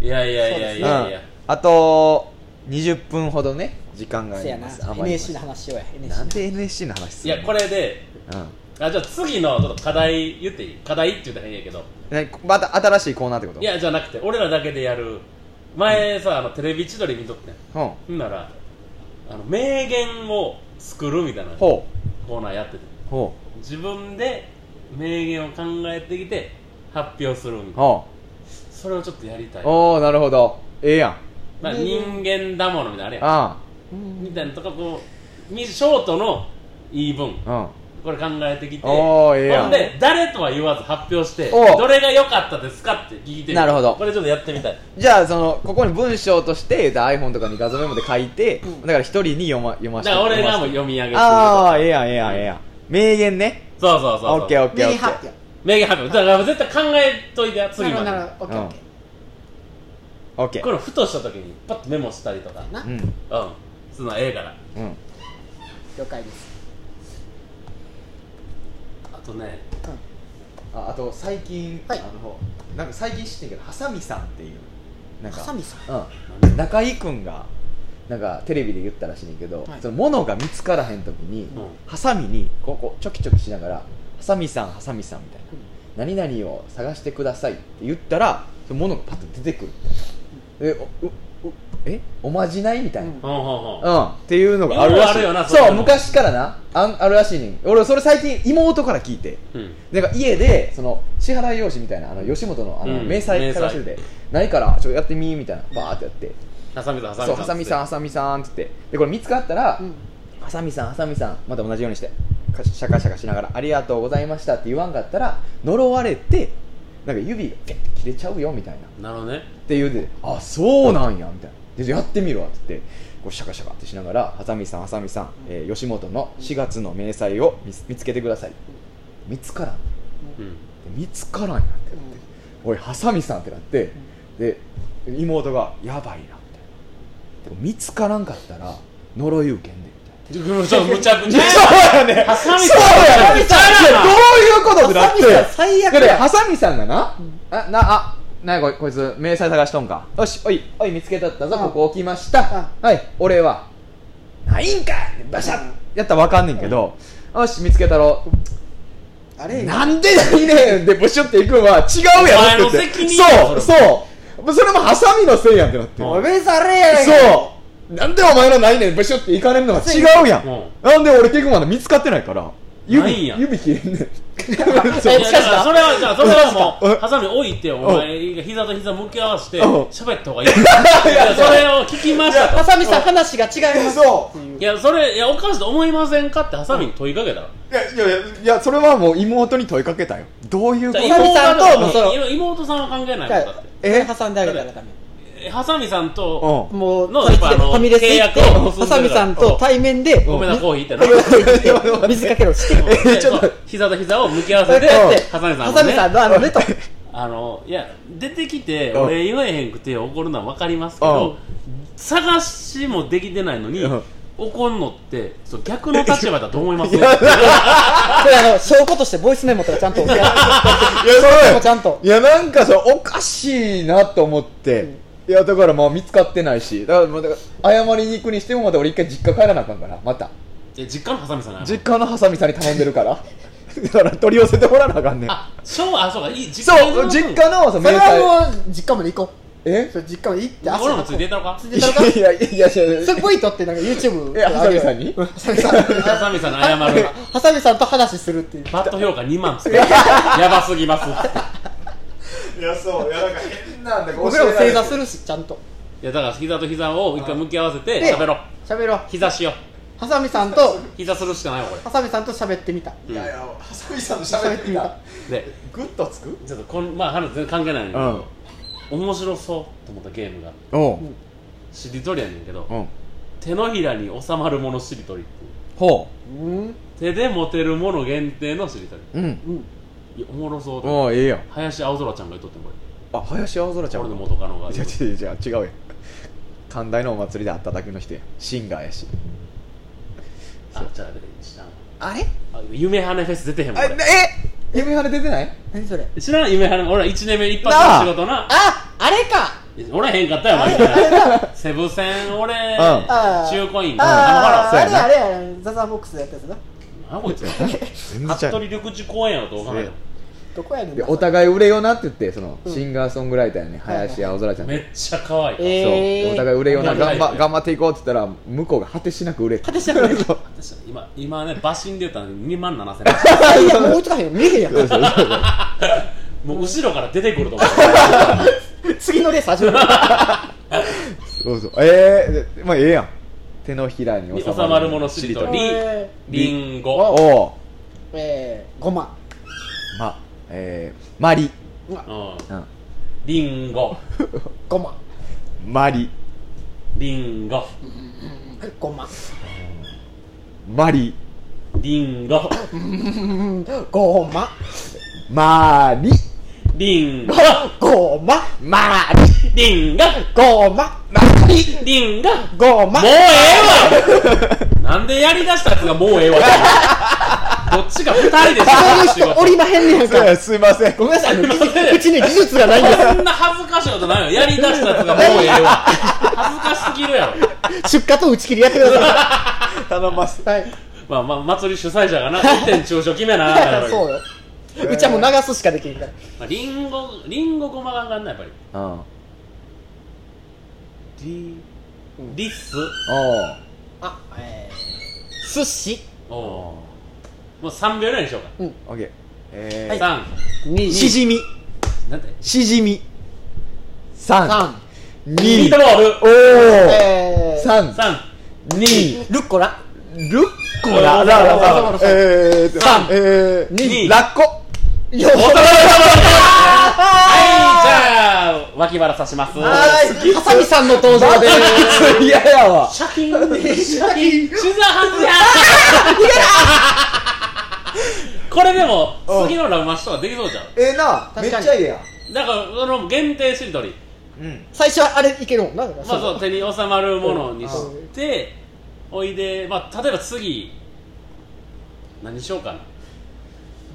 Speaker 2: りいやいやいやいやいや
Speaker 1: うん、あと20分ほどね時間があ
Speaker 3: せ
Speaker 1: り
Speaker 3: や
Speaker 1: ま
Speaker 3: な
Speaker 1: す余りま
Speaker 3: NSC
Speaker 1: す
Speaker 3: の話しようや NSC
Speaker 1: なんで NSC の話す
Speaker 2: い
Speaker 1: るの
Speaker 2: やこれで
Speaker 1: うん
Speaker 2: あじゃあ次のちょっと課題言っていい課題って言ったら変やけど
Speaker 1: 何また新しいコーナーってこと
Speaker 2: いやじゃなくて俺らだけでやる前さ、あのテレビ千鳥見とってん
Speaker 1: うん
Speaker 2: ほんならあの名言を作るみたいなコ
Speaker 1: ほ
Speaker 2: ーナーやってて
Speaker 1: うほ
Speaker 2: 自分で名言を考えてきて発表するみ
Speaker 1: う
Speaker 2: たいな
Speaker 1: ほ
Speaker 2: それをちょっとやりたいう
Speaker 1: おおなるほどええやん
Speaker 2: まあ人間だものみたいなのあれやん
Speaker 1: あ
Speaker 2: みたいなとかこうみショートの言い分
Speaker 1: あうん
Speaker 2: これ考えてきて
Speaker 1: おーええやん
Speaker 2: ほんで誰とは言わず発表して
Speaker 1: おう
Speaker 2: どれが良かったですかって聞いてみ
Speaker 1: なるほど
Speaker 2: これちょっとやってみたい
Speaker 1: じゃあそのここに文章として言うたら iPhone とかに画像メモで書いて、
Speaker 3: うん
Speaker 1: だから一人に読ま読ま
Speaker 2: だ
Speaker 1: せ
Speaker 2: か
Speaker 1: て
Speaker 2: ら俺
Speaker 1: 読ま
Speaker 2: が
Speaker 1: せ
Speaker 2: も
Speaker 1: て
Speaker 2: う読み上げて
Speaker 1: ああええやんええやんええやん名言ね
Speaker 2: そうそうそうそう
Speaker 1: オッケーオッケーオ
Speaker 3: 名
Speaker 1: ッケ
Speaker 3: 発
Speaker 1: ー
Speaker 3: 表
Speaker 2: 名言発表だから絶対考えといてや次ま
Speaker 3: なる
Speaker 2: で
Speaker 3: ほどなるほど
Speaker 1: オ
Speaker 3: OKOK
Speaker 1: ッケ
Speaker 2: こ
Speaker 1: ー
Speaker 2: れふとした時にパッとメモしたりとか
Speaker 3: な
Speaker 1: うん
Speaker 2: うんするのはええから
Speaker 1: うん
Speaker 3: 了解です
Speaker 2: あとね
Speaker 3: うん
Speaker 1: ああと最近、
Speaker 3: はい
Speaker 1: あのなんか最近知ってんけどハサミさんっていうなんか
Speaker 3: ハサミさん
Speaker 1: うん、中居君がなんかテレビで言ったらしいねんけど、
Speaker 3: はい
Speaker 1: その物が見つからへん時に、
Speaker 2: うん
Speaker 1: ハサミにこうこうチョキチョキしながら「ハサミさんハサミさん」みたいな。何々を探してくださいって言ったらその物がパッと出てくるえおううえおまじないみたいな、
Speaker 3: う
Speaker 1: うんん
Speaker 2: ほんほんほん
Speaker 1: っていうのがあるらしい
Speaker 2: 今もあるよなそう
Speaker 1: そ
Speaker 2: いう
Speaker 1: う
Speaker 2: の
Speaker 1: 昔からなあんあるらしいねん俺それ最近妹から聞いて
Speaker 2: うん
Speaker 1: なんか家でその支払い用紙みたいなあの吉本のあの
Speaker 2: うん
Speaker 1: 明細探してて、ないからちょっとやってみみたいなバーってやって
Speaker 2: ハサミさんハサミ
Speaker 1: そ
Speaker 2: さ
Speaker 1: うんハサミさんハサミさんって言ってでこれ見つかったら、
Speaker 3: うん
Speaker 1: ハサミさん、ハサミさん、また同じようにして、かシャカシャカしながら、ありがとうございましたって言わんかったら、呪われて、なんか指がペッて切れちゃうよみたいな。っ
Speaker 2: なるほどね
Speaker 1: て言うで、あ、そうなんや、みたいな。で、じゃあやってみるわって言って、こうシャカシャカってしながら、ハサミさん、ハサミさん、えー吉本の4月の明細を見つ見つけてください。見つからん。で
Speaker 2: うん
Speaker 1: 見つからんやんってなって、おい、ハサミさんってなって、で、妹が、やばいな、みたいな。でも見つからんかったら、呪い受けんで、みたいな。
Speaker 2: むちゃむちゃくちゃ
Speaker 1: そうや ね
Speaker 2: ハサミ
Speaker 1: そうやね
Speaker 2: ハサ
Speaker 1: い
Speaker 2: ミ
Speaker 1: やどういうことってな
Speaker 3: ハ
Speaker 1: っ
Speaker 3: サ
Speaker 1: て
Speaker 3: ミさん最悪
Speaker 1: だから
Speaker 3: や
Speaker 1: ハサミさんがな、あなあなんやここいつ迷彩探しとんかよしおいおい見つけたったぞ
Speaker 3: うん
Speaker 1: ここ置きましたはい俺はないんかいバシャッやったらわかんねんけど、よし見つけたろ
Speaker 3: あれ
Speaker 1: なんでないねんでブシュっていくんは違うやろって言って
Speaker 2: お前の責任やろそ
Speaker 1: そうそうそれもハサミのせいやんってなって
Speaker 3: おめえされや
Speaker 1: そうなんでお前のないねんブシュっていかれるのは違うやん、
Speaker 2: うん
Speaker 1: なんで俺結構まだ見つかってないから
Speaker 2: ないん
Speaker 1: 指
Speaker 2: や
Speaker 1: 指切 れんねん
Speaker 2: いやだからそれはじゃあそれはも
Speaker 1: うん
Speaker 2: うハサミ置いてお前が膝と膝向き合わせて
Speaker 1: うん
Speaker 2: 喋った方がいいいやそれを聞きました
Speaker 3: ハ
Speaker 2: と
Speaker 3: サミさん話が違いますっていう
Speaker 2: いやそれいやおかしいと思いませんかってハサミに問いかけたら
Speaker 1: いやいやいやいやそれはもう妹に問いかけたよどういうこ
Speaker 2: じ
Speaker 1: と
Speaker 2: ゃあ
Speaker 3: ハサミさんと
Speaker 2: 妹
Speaker 3: その
Speaker 2: いや妹さんは関係ないもんだって
Speaker 1: え
Speaker 3: 挟んであげたらダメ
Speaker 2: えハサミさん
Speaker 1: う
Speaker 2: と
Speaker 1: ん
Speaker 3: もう
Speaker 2: の
Speaker 3: フ
Speaker 2: やっぱあの
Speaker 3: ァミレス行っ
Speaker 2: 契
Speaker 3: て
Speaker 2: 約を結んでる
Speaker 3: ハサミさんと対面で
Speaker 2: 米田コーヒーってな
Speaker 3: 水かけろして
Speaker 2: で
Speaker 1: ちょっと
Speaker 2: そう膝と膝を向き合わせて
Speaker 1: だって
Speaker 2: ハサミさ
Speaker 3: ハ
Speaker 2: んも
Speaker 3: サミさ
Speaker 2: ね
Speaker 3: んのあの ねと
Speaker 2: あのいや出てきて
Speaker 1: うん
Speaker 2: 俺言えへんくて怒るのは分かりますけど探しもできてないのに
Speaker 1: うん
Speaker 2: 怒んのってそう逆の立場だと思いま すよ
Speaker 3: これあの証拠としてボイスメモとかちゃんとや
Speaker 1: いや
Speaker 3: もちゃんと
Speaker 1: いやなんかそれおかしいなと思って、いやだからまあ見つかってないしだからまあだから謝りに行くにしてもまた俺一回実家帰らなあかんからまた
Speaker 2: え実家のハサミさんなの
Speaker 1: 実家のハサミさんに頼んでるからだから取り寄せてもらわなあかんねん
Speaker 2: あそうあそうかいい実家
Speaker 1: そう実家のその
Speaker 3: それ
Speaker 1: 明細
Speaker 3: はもう実家まで行こ
Speaker 1: え
Speaker 3: うそれ実家まで行って
Speaker 2: 俺もついてたのか
Speaker 3: ついてたのか
Speaker 1: いやいやいやいやい
Speaker 3: そ
Speaker 1: や
Speaker 3: れ V 取ってなんか YouTube
Speaker 1: えハサミさんに
Speaker 3: ハサミさん
Speaker 2: ハサミさんに謝るな
Speaker 3: ハサミさんと話するっていう
Speaker 2: バット評価2万つってやばすぎますって
Speaker 1: いやそういやなんか変なんだ
Speaker 3: 僕らも正座するしちゃんと
Speaker 2: いやだから膝と膝を一回向き合わせて
Speaker 3: で
Speaker 2: 喋ろう
Speaker 3: 喋ろう
Speaker 2: 膝しよう
Speaker 3: ハサミさんと
Speaker 2: 膝するしかないわこれ
Speaker 3: ハサミさんと喋ってみた
Speaker 1: いやいやハサミさんと喋ってみた
Speaker 2: で
Speaker 1: グッとつく
Speaker 2: ちょっとこんまあ話全然関係ないん
Speaker 1: う
Speaker 2: だ
Speaker 1: ん
Speaker 2: けど面白そうと思ったゲームが
Speaker 1: おう
Speaker 2: しりとりやねんけど
Speaker 1: うん
Speaker 2: 手のひらに収まるものしりとりっていう
Speaker 1: ほ
Speaker 3: うん
Speaker 2: 手で持てるもの限定のしりとり
Speaker 1: ううん
Speaker 3: うん
Speaker 2: いやおもろそうと
Speaker 1: おうええやん
Speaker 2: 林青空ちゃんが言っとってんこれ
Speaker 1: あ林青空ちゃん
Speaker 2: 俺の
Speaker 1: も
Speaker 2: 元カノが
Speaker 1: いや違う違う違うやん寛大のお祭りで会っただけの人やんシンガーやし
Speaker 2: あじゃあ知ら
Speaker 1: あ
Speaker 2: ん
Speaker 1: れ
Speaker 2: あ夢羽フェス出てへんもん
Speaker 1: あ
Speaker 2: 俺
Speaker 1: え夢羽出てない
Speaker 3: 何それ
Speaker 2: 知らん夢羽俺ら1年目一発の仕事な
Speaker 3: ああれか
Speaker 2: おらへんかったよお前セブ戦俺
Speaker 1: ん
Speaker 2: 中古院あ
Speaker 3: あー
Speaker 1: そう
Speaker 3: あ
Speaker 1: や
Speaker 3: れ
Speaker 1: な
Speaker 3: あれあれザザーボックスでやったやつな
Speaker 2: のほら何やこいつ
Speaker 1: 全
Speaker 2: 服部緑地公園やろどう考えても
Speaker 3: どこやねん
Speaker 1: で
Speaker 3: な
Speaker 1: お互い売れよなって言ってその、
Speaker 3: うん
Speaker 1: シンガーソングライターやね
Speaker 3: はいはい
Speaker 1: 林青空ちゃん
Speaker 2: めっちゃ可愛いから、
Speaker 3: え
Speaker 1: そう
Speaker 3: ー
Speaker 1: でお互い売れような
Speaker 2: お互
Speaker 1: 頑
Speaker 2: い
Speaker 1: 張頑張っていこうって言ったら向こうが果てしなく売れ果てしなく売れそう
Speaker 2: 私今今ねバシンで言ったら2万7000円
Speaker 3: いやもう追いつかへんよ見えへんやん
Speaker 1: そうそう
Speaker 2: もう後ろから出てくると思う
Speaker 3: 次のレース始まる
Speaker 1: そうそうええーで、まあええやん手のひらに収
Speaker 2: 収まるものしりとり
Speaker 3: え
Speaker 2: リンゴ
Speaker 1: おお
Speaker 3: ーえー、ごま
Speaker 1: まえー、マリ、
Speaker 2: うん
Speaker 1: うん、
Speaker 2: リンゴ
Speaker 3: ごま
Speaker 1: マリ
Speaker 2: リンゴ
Speaker 3: ごま
Speaker 1: マリ
Speaker 2: リンゴ
Speaker 3: うんごま
Speaker 1: マリ
Speaker 2: リンゴ
Speaker 3: ごま
Speaker 1: マ
Speaker 2: リンゴ
Speaker 3: ごま
Speaker 2: リンゴも
Speaker 3: ごま
Speaker 2: うええわなんでやりだしたやつがもうええわどっちか二人でし
Speaker 3: そういう人おりまへんねんから
Speaker 1: リすいません
Speaker 3: ごめんなさいあの技 術うちに技術がないんです
Speaker 2: そんな恥ずかしいことないよやりだしたやつがもうええわ恥ずかしすぎるやろ
Speaker 3: 出荷と打ち切りやってくださ
Speaker 1: 頼ます
Speaker 3: いはい
Speaker 2: まあまあ祭り主催者がな一点中小決めなあかんやろうけど
Speaker 3: そうようちはもう流すしかできんから
Speaker 2: まあリンゴリンゴごまがあかんなやっぱり
Speaker 1: うんおう
Speaker 2: リリス
Speaker 3: あえー、寿司
Speaker 2: おおうもう3秒以内にしようか、
Speaker 1: オッケーえー
Speaker 2: 三
Speaker 3: に
Speaker 1: しじみ
Speaker 2: なんて
Speaker 1: しじみ三
Speaker 3: 三
Speaker 2: ミー
Speaker 1: 二
Speaker 2: トボ
Speaker 1: お
Speaker 2: ー
Speaker 1: お
Speaker 3: えー、
Speaker 1: 三
Speaker 2: ル三
Speaker 1: 二
Speaker 3: ルッコラ
Speaker 1: ルッコララララえー
Speaker 2: 三
Speaker 1: えー
Speaker 2: 二
Speaker 1: ラッコ
Speaker 2: お
Speaker 3: よ
Speaker 2: と
Speaker 3: っ
Speaker 2: ろろろろ
Speaker 3: は
Speaker 2: はいじゃあ脇腹刺します
Speaker 3: いハサミさんの登場で
Speaker 1: 嫌やわ
Speaker 2: シャキンシャキンシザーハンズやこれでも次のラブマッチとかできそうじゃん
Speaker 1: ええなめ
Speaker 3: 確
Speaker 1: っ
Speaker 3: かに
Speaker 1: ちゃええやん
Speaker 2: だからその限定しりとり
Speaker 1: うん
Speaker 3: 最初はあれいけるもんなだから
Speaker 2: まあそう手に収まるものにしておいで、まあ、例えば次何しようか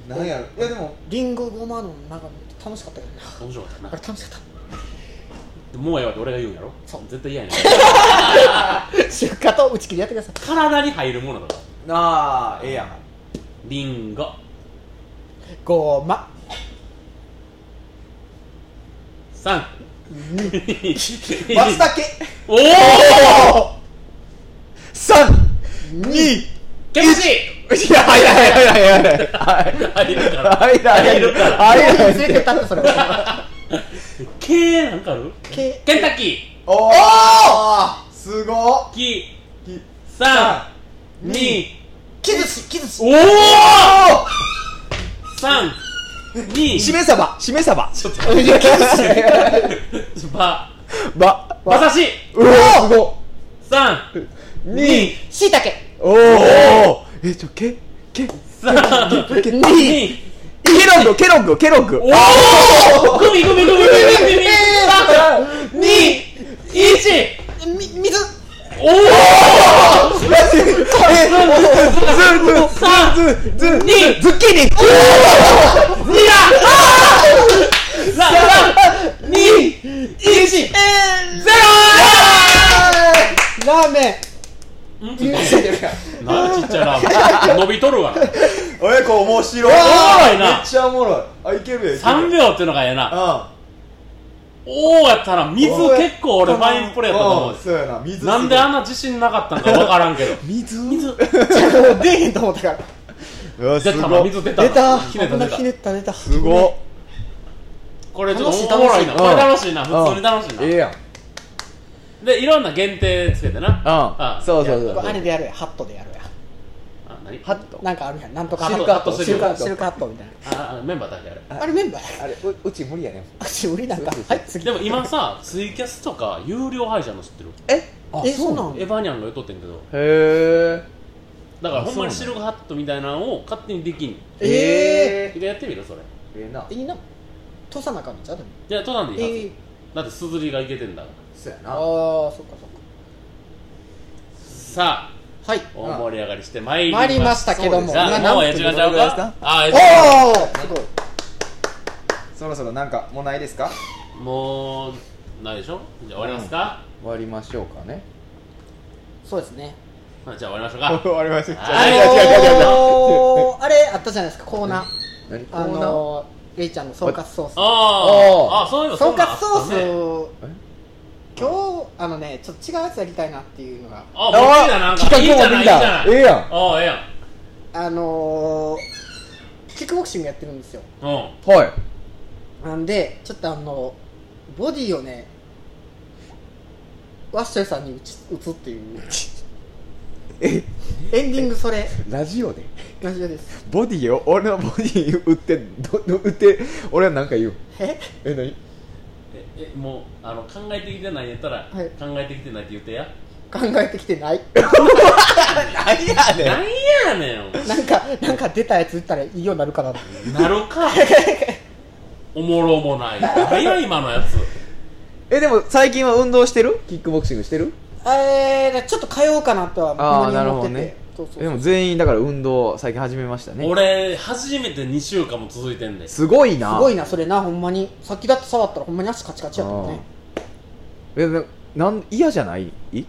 Speaker 2: な
Speaker 1: なんやろいやでも
Speaker 3: リンゴごまの中楽しかったけどな
Speaker 2: 面白かったな
Speaker 3: あれ楽しかっ
Speaker 2: もうええわって俺が言うんやろ
Speaker 3: そう
Speaker 2: 絶対嫌やねん
Speaker 3: た出荷と打ち切りやってください
Speaker 2: 体に入るものだから
Speaker 1: ああええやん
Speaker 2: リンゴ
Speaker 3: ごま
Speaker 2: 3
Speaker 1: 松茸
Speaker 2: おお
Speaker 1: 32い
Speaker 2: 厳しい
Speaker 1: やいやいやいやいやいやは
Speaker 2: 入るから
Speaker 1: いはい
Speaker 2: 入るから
Speaker 1: はいはい
Speaker 3: 連れてったんだそれ
Speaker 2: K なんかある
Speaker 3: け
Speaker 2: ケンタッキー
Speaker 1: おおすご
Speaker 2: き
Speaker 1: き
Speaker 2: 三二
Speaker 3: キズシキズシ
Speaker 2: おお三二
Speaker 1: しめさばしめさば
Speaker 2: ちょっ
Speaker 3: いやキズ
Speaker 2: と
Speaker 3: シ
Speaker 2: ば
Speaker 1: ば
Speaker 2: 馬刺し
Speaker 1: うおすご
Speaker 2: 三二
Speaker 3: しいたけ
Speaker 1: おおえちょけけ
Speaker 2: 三
Speaker 1: に
Speaker 2: 二
Speaker 1: ケロッグケロッグケロッグ
Speaker 2: おおグミグミグミグミグミグミ三二一
Speaker 3: み水
Speaker 2: おお三
Speaker 1: ズズズズ
Speaker 2: 二
Speaker 1: ズッキーニ
Speaker 2: 二だ三二一ゼロなあちっちゃいラ
Speaker 3: ラーメン
Speaker 2: ーメン伸びとるわ
Speaker 1: えこう面白い
Speaker 2: おもろいな
Speaker 1: めっちゃおもろいあいけるよいける
Speaker 2: 3秒っていうのがええな
Speaker 1: うん
Speaker 2: おおやったな水結構俺ファインプレーやったと思
Speaker 1: う
Speaker 2: うん
Speaker 1: そうやな水すごい
Speaker 2: なんであんな自信なかったんか分からんけど
Speaker 1: 水
Speaker 2: 水
Speaker 3: 出えへんと思ったから
Speaker 1: うわ
Speaker 2: 出
Speaker 1: す
Speaker 2: た
Speaker 1: ご
Speaker 2: ない水出たな
Speaker 3: 出た
Speaker 2: ひね
Speaker 3: 危な
Speaker 2: た
Speaker 3: い
Speaker 2: 出
Speaker 3: ひね
Speaker 2: た
Speaker 3: った出た
Speaker 1: すごっ
Speaker 2: これちょっとお
Speaker 3: 楽しい
Speaker 2: もろいな
Speaker 1: 楽しい
Speaker 2: これ楽しいな普通に楽しい
Speaker 1: ええ
Speaker 2: な
Speaker 1: やん
Speaker 2: でいろんな限定つけてなあ
Speaker 1: そうそうそう
Speaker 2: やった
Speaker 3: あれでやるやハットでやるや
Speaker 2: あ何
Speaker 1: ハット
Speaker 3: なんかあるやんなんとか
Speaker 2: シルクハット
Speaker 3: シルクハット
Speaker 1: シ
Speaker 3: シ
Speaker 1: ル
Speaker 3: ル
Speaker 1: ク
Speaker 3: クハットみたいな
Speaker 2: ああメンバーだけあれ
Speaker 3: あれメンバーだ
Speaker 1: あれううち無理やねん
Speaker 3: あし無理なんだ
Speaker 1: そうです
Speaker 3: はい次
Speaker 2: でも今さツイキャスとか有料配信の知ってる
Speaker 1: え
Speaker 3: えそうなん
Speaker 2: エヴァニャンが言っとってんけど
Speaker 1: へ
Speaker 2: だから
Speaker 1: あ
Speaker 2: ほんまにシ
Speaker 1: そう
Speaker 2: ルクハットみたいなのを勝手にできん
Speaker 1: ええ
Speaker 3: え
Speaker 2: 一回やってみるそれ
Speaker 1: ええな
Speaker 3: ーいいな通さなあかんのじゃうでも
Speaker 2: じゃあとなんでいいはず
Speaker 3: ええ
Speaker 2: だってすずりがいけてんだから
Speaker 1: そうや
Speaker 3: あ
Speaker 1: な
Speaker 3: あそっかそっか
Speaker 2: さあ
Speaker 3: はい
Speaker 2: 大盛り上がりしてまいり
Speaker 3: 参りましたけども
Speaker 2: じゃあ
Speaker 3: な
Speaker 2: もう
Speaker 3: な
Speaker 2: や
Speaker 3: ん
Speaker 2: ち
Speaker 3: て
Speaker 2: がちゃう
Speaker 1: どれぐらいですか
Speaker 2: かあや
Speaker 3: おおすごい
Speaker 1: そろそろなんかもうないですか終
Speaker 2: ちもうないでしょじゃあ終わりますか、
Speaker 1: わりましょうかね
Speaker 3: そうですね
Speaker 2: あじゃあ終わりましょうか
Speaker 1: 終わりましょう
Speaker 2: あ
Speaker 3: あ
Speaker 2: ー
Speaker 1: 違う違う違う違う
Speaker 3: のーあれあったじゃないですかコーナー
Speaker 1: 何コ
Speaker 3: あ
Speaker 1: ーナー
Speaker 3: のーレイちゃんの総括ソース
Speaker 2: あーあそういえば
Speaker 3: 総
Speaker 2: そうなん
Speaker 3: 括
Speaker 2: あ
Speaker 3: ソース
Speaker 2: ね
Speaker 3: を
Speaker 1: え
Speaker 3: 今日あのねちょっと違うやつやりたいなっていうのが
Speaker 2: あもういいななんかいいじゃないいいじゃない
Speaker 1: ええやん
Speaker 2: ああええやん
Speaker 3: あのー、キックボクシングやってるんですよ
Speaker 2: うん
Speaker 1: はい
Speaker 3: なんでちょっとあのボディをねワッショイさんに打ち打つっていうエンディングそれ
Speaker 1: ラジオで
Speaker 3: ラジオです
Speaker 1: ボディを俺のボディ打ってどど打って俺は何か言う
Speaker 3: え
Speaker 1: え何
Speaker 2: ええもうあの考えてきてないんやったら、
Speaker 3: はい
Speaker 2: 考えてきてないって言ってや
Speaker 3: 考えてきてない
Speaker 1: 何や
Speaker 2: なんやね
Speaker 3: なんかなんか出たやつ打ったらいいようになるかなって
Speaker 2: んなるかおもろもない何や今のやつ
Speaker 1: えでも最近は運動してるキックボクシングしてる
Speaker 3: えー、ちょっと変えようかなとは
Speaker 1: ああ
Speaker 3: ほん
Speaker 1: な
Speaker 3: まに
Speaker 1: る
Speaker 3: 思
Speaker 1: ほ
Speaker 3: って
Speaker 1: ど
Speaker 3: て
Speaker 1: ね
Speaker 3: そうそう
Speaker 1: でも全員だから運動最近始めましたね
Speaker 2: 俺初めて2週間も続いてんねん
Speaker 1: すごいな
Speaker 3: すごいなそれなほんまにさっきだって触ったらほんまに足カチカチやったもんね
Speaker 1: あーえななん嫌じゃないい
Speaker 2: い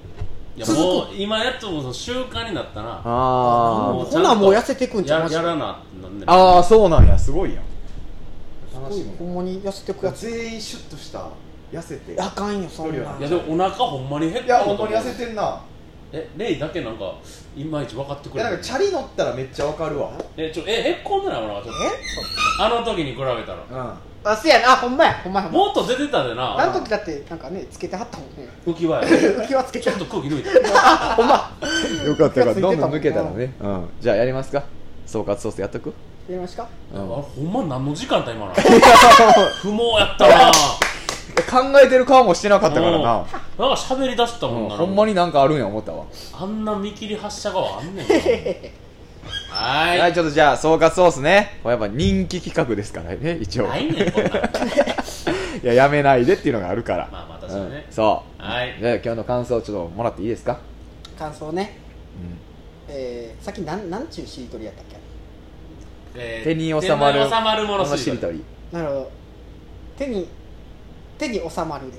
Speaker 2: やもう今やっともうその習慣になったな
Speaker 1: あ
Speaker 2: も
Speaker 1: ー
Speaker 2: う
Speaker 3: ほなもう痩せてくんじゃ
Speaker 2: や
Speaker 3: んマジで
Speaker 2: やらなってなんねん
Speaker 1: あーそうなんやすごいやん楽し
Speaker 3: ほんまに痩せてくやつ
Speaker 1: 全員シュッとした痩せて
Speaker 3: あかんよそん
Speaker 1: い
Speaker 3: ない
Speaker 2: やでもお腹ほんまに減ったのと思う
Speaker 1: てんな
Speaker 2: えレイだけなんかいまいち分かってくれへん
Speaker 1: リ乗ったらめっちゃわかるわ
Speaker 2: えちょえへっこんでないお腹ちょっとあの時に比べたら
Speaker 1: うん
Speaker 3: あせやなあほんまやほんまやほんまや
Speaker 2: もっと出てたで
Speaker 3: あ
Speaker 2: な
Speaker 3: の時だってなんかねつけてはったもんね
Speaker 2: 浮き輪や
Speaker 3: 気はつけ
Speaker 2: ち
Speaker 3: て
Speaker 2: ょっと空気抜いた
Speaker 3: ほ んま
Speaker 1: よかったよかったど
Speaker 3: 気がついてたもん
Speaker 1: んどん抜けたらね、うん、じゃあやりますか総括ソースやっとく、
Speaker 3: やりました
Speaker 1: う
Speaker 2: あ
Speaker 1: ん、考
Speaker 2: ほんま何の時間だ今の不毛やったな
Speaker 1: えてる顔もしてなかったからな、
Speaker 2: うんなんか喋り出した
Speaker 1: う
Speaker 2: もん
Speaker 1: ん、
Speaker 2: な
Speaker 1: ほんまになんかあるんや思ったわ
Speaker 2: あんな見切り発車があんねんなは
Speaker 1: はい、
Speaker 2: ーい
Speaker 1: ちょっとじゃあ総括ソースねこれやっぱ人気企画ですからね一応、、
Speaker 2: ないいねんこんなん
Speaker 1: ややめないでっていうのがあるから
Speaker 2: まあまあ確かにね
Speaker 1: うん、そう
Speaker 2: はい
Speaker 1: じゃあ今日の感想ちょっともらっていいですか
Speaker 3: 感想ねえー、さっきなんなんちゅうしりとりやったっけ
Speaker 2: えー
Speaker 1: 手に収まる
Speaker 2: 手に収まる
Speaker 1: この
Speaker 2: もの
Speaker 1: し
Speaker 2: し
Speaker 1: り
Speaker 2: りと
Speaker 1: と
Speaker 2: り
Speaker 1: り
Speaker 3: なるほど手に手に収まるで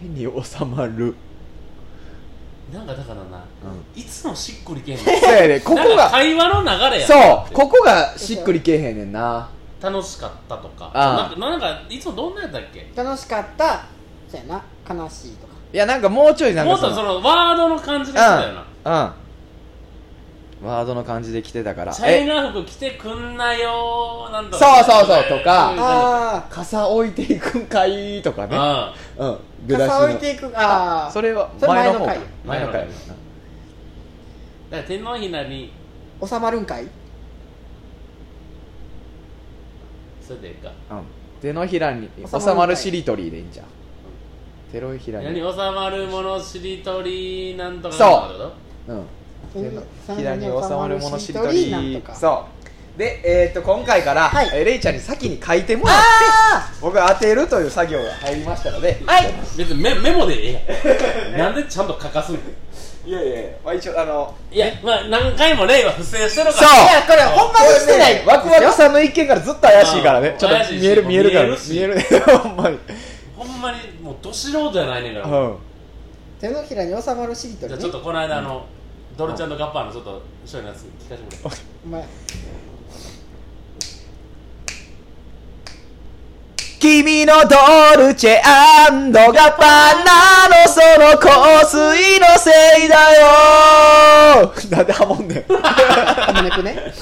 Speaker 1: 手に収まる、
Speaker 2: なんかだからな
Speaker 1: うん、
Speaker 2: いつもしっくりけえへん
Speaker 1: そうやねここ
Speaker 2: なんか
Speaker 1: が
Speaker 2: 会話の流れや
Speaker 1: そうここがしっくりけえへんねんな
Speaker 2: 楽しかったとか
Speaker 1: ああ
Speaker 2: なんかなんかいつもどんなやったっけ
Speaker 3: 楽しかったそうやな悲しいとか
Speaker 1: いやなんかもうちょいなん
Speaker 2: も
Speaker 1: か
Speaker 2: っと
Speaker 1: そ
Speaker 2: そ
Speaker 1: の
Speaker 2: のワードの感じがしてたよな
Speaker 1: うんワードの感じで来てたから
Speaker 2: チャイナ服着てくんなよーなんだ
Speaker 1: そうそうそうとか
Speaker 3: あ
Speaker 1: 傘置いていくんかいとかね
Speaker 2: あ
Speaker 1: うん
Speaker 3: あ
Speaker 1: グラスの
Speaker 3: 傘置いていくああ
Speaker 1: それは
Speaker 3: それ
Speaker 1: 前
Speaker 3: 前
Speaker 1: の方
Speaker 3: の回
Speaker 1: 前の回
Speaker 2: 前のだから天皇ひなに
Speaker 3: 収まるんかい
Speaker 2: それでいいか
Speaker 1: うん手のひらに
Speaker 3: 収まる
Speaker 1: 収
Speaker 3: 回
Speaker 1: まるしりとりでいいんじゃん手のひら
Speaker 2: 何
Speaker 1: に
Speaker 2: 収まるものしりとりなんとか
Speaker 1: そう
Speaker 2: なんとかだろ
Speaker 1: うん
Speaker 3: うん
Speaker 1: 左に収まるものしりと
Speaker 3: 収まるしりとりなん
Speaker 1: り
Speaker 3: とか
Speaker 1: そうで、えー、っと今回から、
Speaker 3: はい
Speaker 1: えーレイちゃんに先に書いてもらって僕が当てるという作業が入りましたので
Speaker 3: はい
Speaker 2: 別にメメモでえ えやんなんでちゃんと書かすの
Speaker 1: いやいやいやまあ、一応あの
Speaker 2: いやまあ何回も例は不正してるから
Speaker 1: そう
Speaker 3: いやこれほんまにしてない
Speaker 1: ワクワクさんの一見からずっと怪しいから
Speaker 2: う
Speaker 1: ね
Speaker 2: ん
Speaker 1: ちょっと見える
Speaker 2: 怪しいし
Speaker 1: 見えるから
Speaker 2: 見え
Speaker 1: 見
Speaker 2: るし
Speaker 1: えるね ほんまに
Speaker 2: ほんまにもうど素人じゃないねんから、
Speaker 1: うん
Speaker 3: 手のひらに収まるしりと
Speaker 2: じ
Speaker 3: り、
Speaker 2: ゃあ
Speaker 3: ね、
Speaker 2: ちょっとこの間あの、ドルチャンとガッパーのちょっと一緒のやつ聞かせてもらって
Speaker 3: お前
Speaker 1: 君のドルチェガッパーナのその香水のせいだよ なんでハモんねん
Speaker 3: あのねくね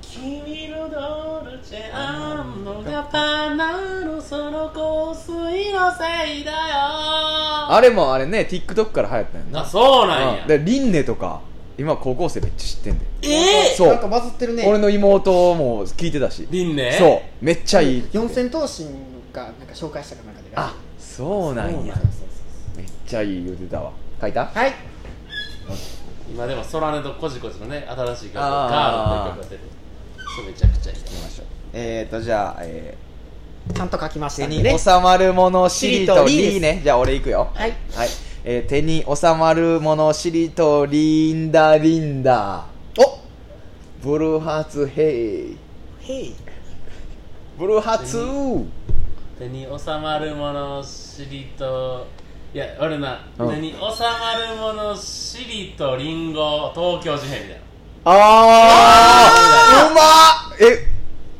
Speaker 2: 君のドルチェアンドガパナのその香水のせいだよあ
Speaker 1: あれもあれね TikTok から流行ったんやんな
Speaker 2: そうなんや
Speaker 1: うんでリンネとか今高校生めっちゃ知ってんで、
Speaker 2: え
Speaker 1: そう
Speaker 3: なんかバズってるね
Speaker 1: 俺の妹も聞いてたし
Speaker 2: ー、リンネ
Speaker 1: そうめっちゃいいって
Speaker 3: 四千頭身がなんか紹介したかなんかで
Speaker 1: あそうなんや
Speaker 3: そうそうそう
Speaker 1: めっちゃいい言うてたわ書いた
Speaker 3: はい
Speaker 2: 今でもソラネとコジコジのね新しい曲ガー
Speaker 1: あー
Speaker 2: ルという曲が出てるそれめちゃくちゃいい
Speaker 1: きましょうえーとじゃあ、え
Speaker 3: ちゃんと書きまし
Speaker 1: ー手
Speaker 3: たん
Speaker 1: に
Speaker 3: でね
Speaker 1: 収まるものしりと
Speaker 3: しりと
Speaker 1: り
Speaker 3: り
Speaker 1: ねじゃあ俺いくよ
Speaker 3: はい
Speaker 1: はい、えー手に収まるものしりとりんだりんだおブルーハーツヘイ
Speaker 3: へい
Speaker 1: ブルーハーツ
Speaker 2: 手に収まるものしりといや俺な、
Speaker 1: うん
Speaker 2: 手に収まるものしりとりんご東京事変 みたいな
Speaker 1: あーうまっえ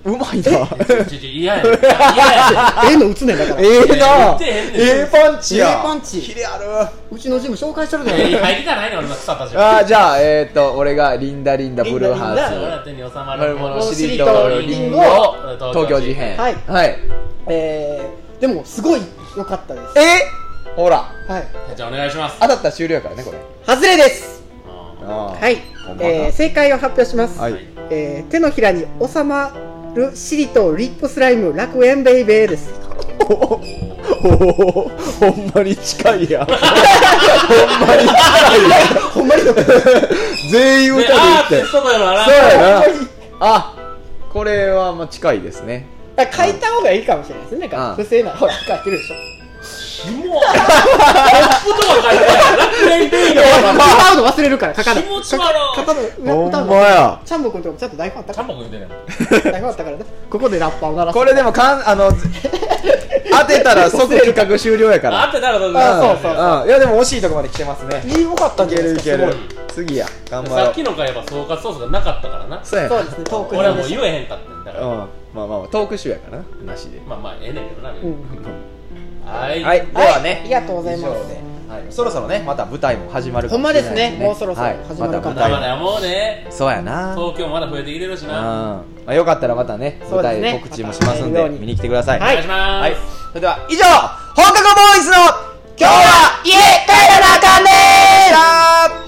Speaker 1: うまいな
Speaker 2: ちょちょちょ嫌やねん嫌やねん
Speaker 3: ええの打つねんだから
Speaker 1: ええ
Speaker 2: 言
Speaker 1: な
Speaker 2: ってへんねん
Speaker 1: ええパンチや
Speaker 3: ええパンチ
Speaker 1: キレある
Speaker 3: うちのジム紹介してるじゃ
Speaker 2: いや
Speaker 3: ない
Speaker 2: 入りたないねん俺の草たち
Speaker 1: あーじゃあえっ、ー、と俺がリンダリンダブルーハ
Speaker 2: だから
Speaker 1: ー
Speaker 2: 手に収
Speaker 1: ツ
Speaker 2: ま
Speaker 1: 丸
Speaker 2: る
Speaker 1: も
Speaker 2: も
Speaker 1: の
Speaker 2: の
Speaker 1: し
Speaker 2: し
Speaker 1: り
Speaker 2: り
Speaker 1: と
Speaker 2: と
Speaker 1: り
Speaker 2: り
Speaker 1: リン
Speaker 2: ん
Speaker 1: ゴ
Speaker 2: ご
Speaker 1: 東京事変
Speaker 3: はい
Speaker 1: はい
Speaker 3: えー、でもすごい良かったです
Speaker 1: えほら
Speaker 3: はい
Speaker 2: じゃあお願いします
Speaker 1: 当たったら終了やからねこれ
Speaker 3: 外れです
Speaker 2: あ
Speaker 1: あー
Speaker 3: はい、
Speaker 1: ほんまだ
Speaker 3: えー、正解を発表します、
Speaker 1: はい
Speaker 3: えー、手のひらに収まるしりとリップスライム楽園ベイベーです
Speaker 1: おおほんまに近い やんほんまに近いやんほんまに全員
Speaker 2: ー
Speaker 1: 歌で
Speaker 2: でア
Speaker 1: 言
Speaker 2: ーテ
Speaker 1: って
Speaker 2: ィス
Speaker 1: そう
Speaker 2: トだよな
Speaker 1: やなあこれはまあ近いですね
Speaker 3: だから書いた方がいいかもしれないですねなん
Speaker 1: うん
Speaker 3: か不正なほら書いてるでしょ
Speaker 2: キモラップとか書いてない楽園ベイビー
Speaker 3: 俺歌うの忘れるから書かない
Speaker 2: 気持ち悪い
Speaker 3: 書かない歌うの
Speaker 1: ほんまや
Speaker 3: チャンボくんとかもちゃんと台本あった
Speaker 2: タ
Speaker 3: か
Speaker 2: ンポポ言うてるやん
Speaker 3: ら 台本あったからねここでラッパーを鳴らす
Speaker 1: これでもかんあの当てたら即企画終了やから
Speaker 2: あってたらどうぞ
Speaker 3: あそうそう
Speaker 1: うんいやでも惜しいとこまで来てますね
Speaker 3: いいよかったん
Speaker 1: い
Speaker 3: じ
Speaker 1: け
Speaker 3: ゃない
Speaker 1: る
Speaker 3: で
Speaker 1: い
Speaker 3: すか
Speaker 1: ける
Speaker 3: す
Speaker 1: 次や頑張ろ
Speaker 2: さ
Speaker 1: う
Speaker 2: っきの回は総括ソースがなかったからな
Speaker 1: そうや
Speaker 3: ごい
Speaker 1: な
Speaker 3: そうですねトーク
Speaker 2: 俺はもう
Speaker 3: で
Speaker 2: 言えへんかったんだか
Speaker 1: う
Speaker 2: ら
Speaker 1: んまあまあトーク集やからななしで
Speaker 2: まあまあええねんけどな別
Speaker 3: う
Speaker 2: に
Speaker 3: ん
Speaker 2: はい
Speaker 1: はいではね
Speaker 3: ありがとうございま
Speaker 1: 以上
Speaker 3: す
Speaker 1: ではいそろそろねまた舞台も始まるかもしれない
Speaker 3: ほんまですねもうそろそろ始まるかも
Speaker 1: はい
Speaker 2: まだま
Speaker 1: また
Speaker 2: だもうね
Speaker 1: そうやなうん
Speaker 2: 東京まだ増えてきてるしな
Speaker 1: まあよかったらまたね
Speaker 3: そ
Speaker 1: 舞
Speaker 3: うですね
Speaker 1: 台告知もしますん
Speaker 3: また会えるよ
Speaker 1: で
Speaker 3: うに
Speaker 1: 見に来てください
Speaker 2: お願いしま
Speaker 1: はい
Speaker 2: す
Speaker 1: それでは以上放課後ボーイズの今日は家帰らなあかんねー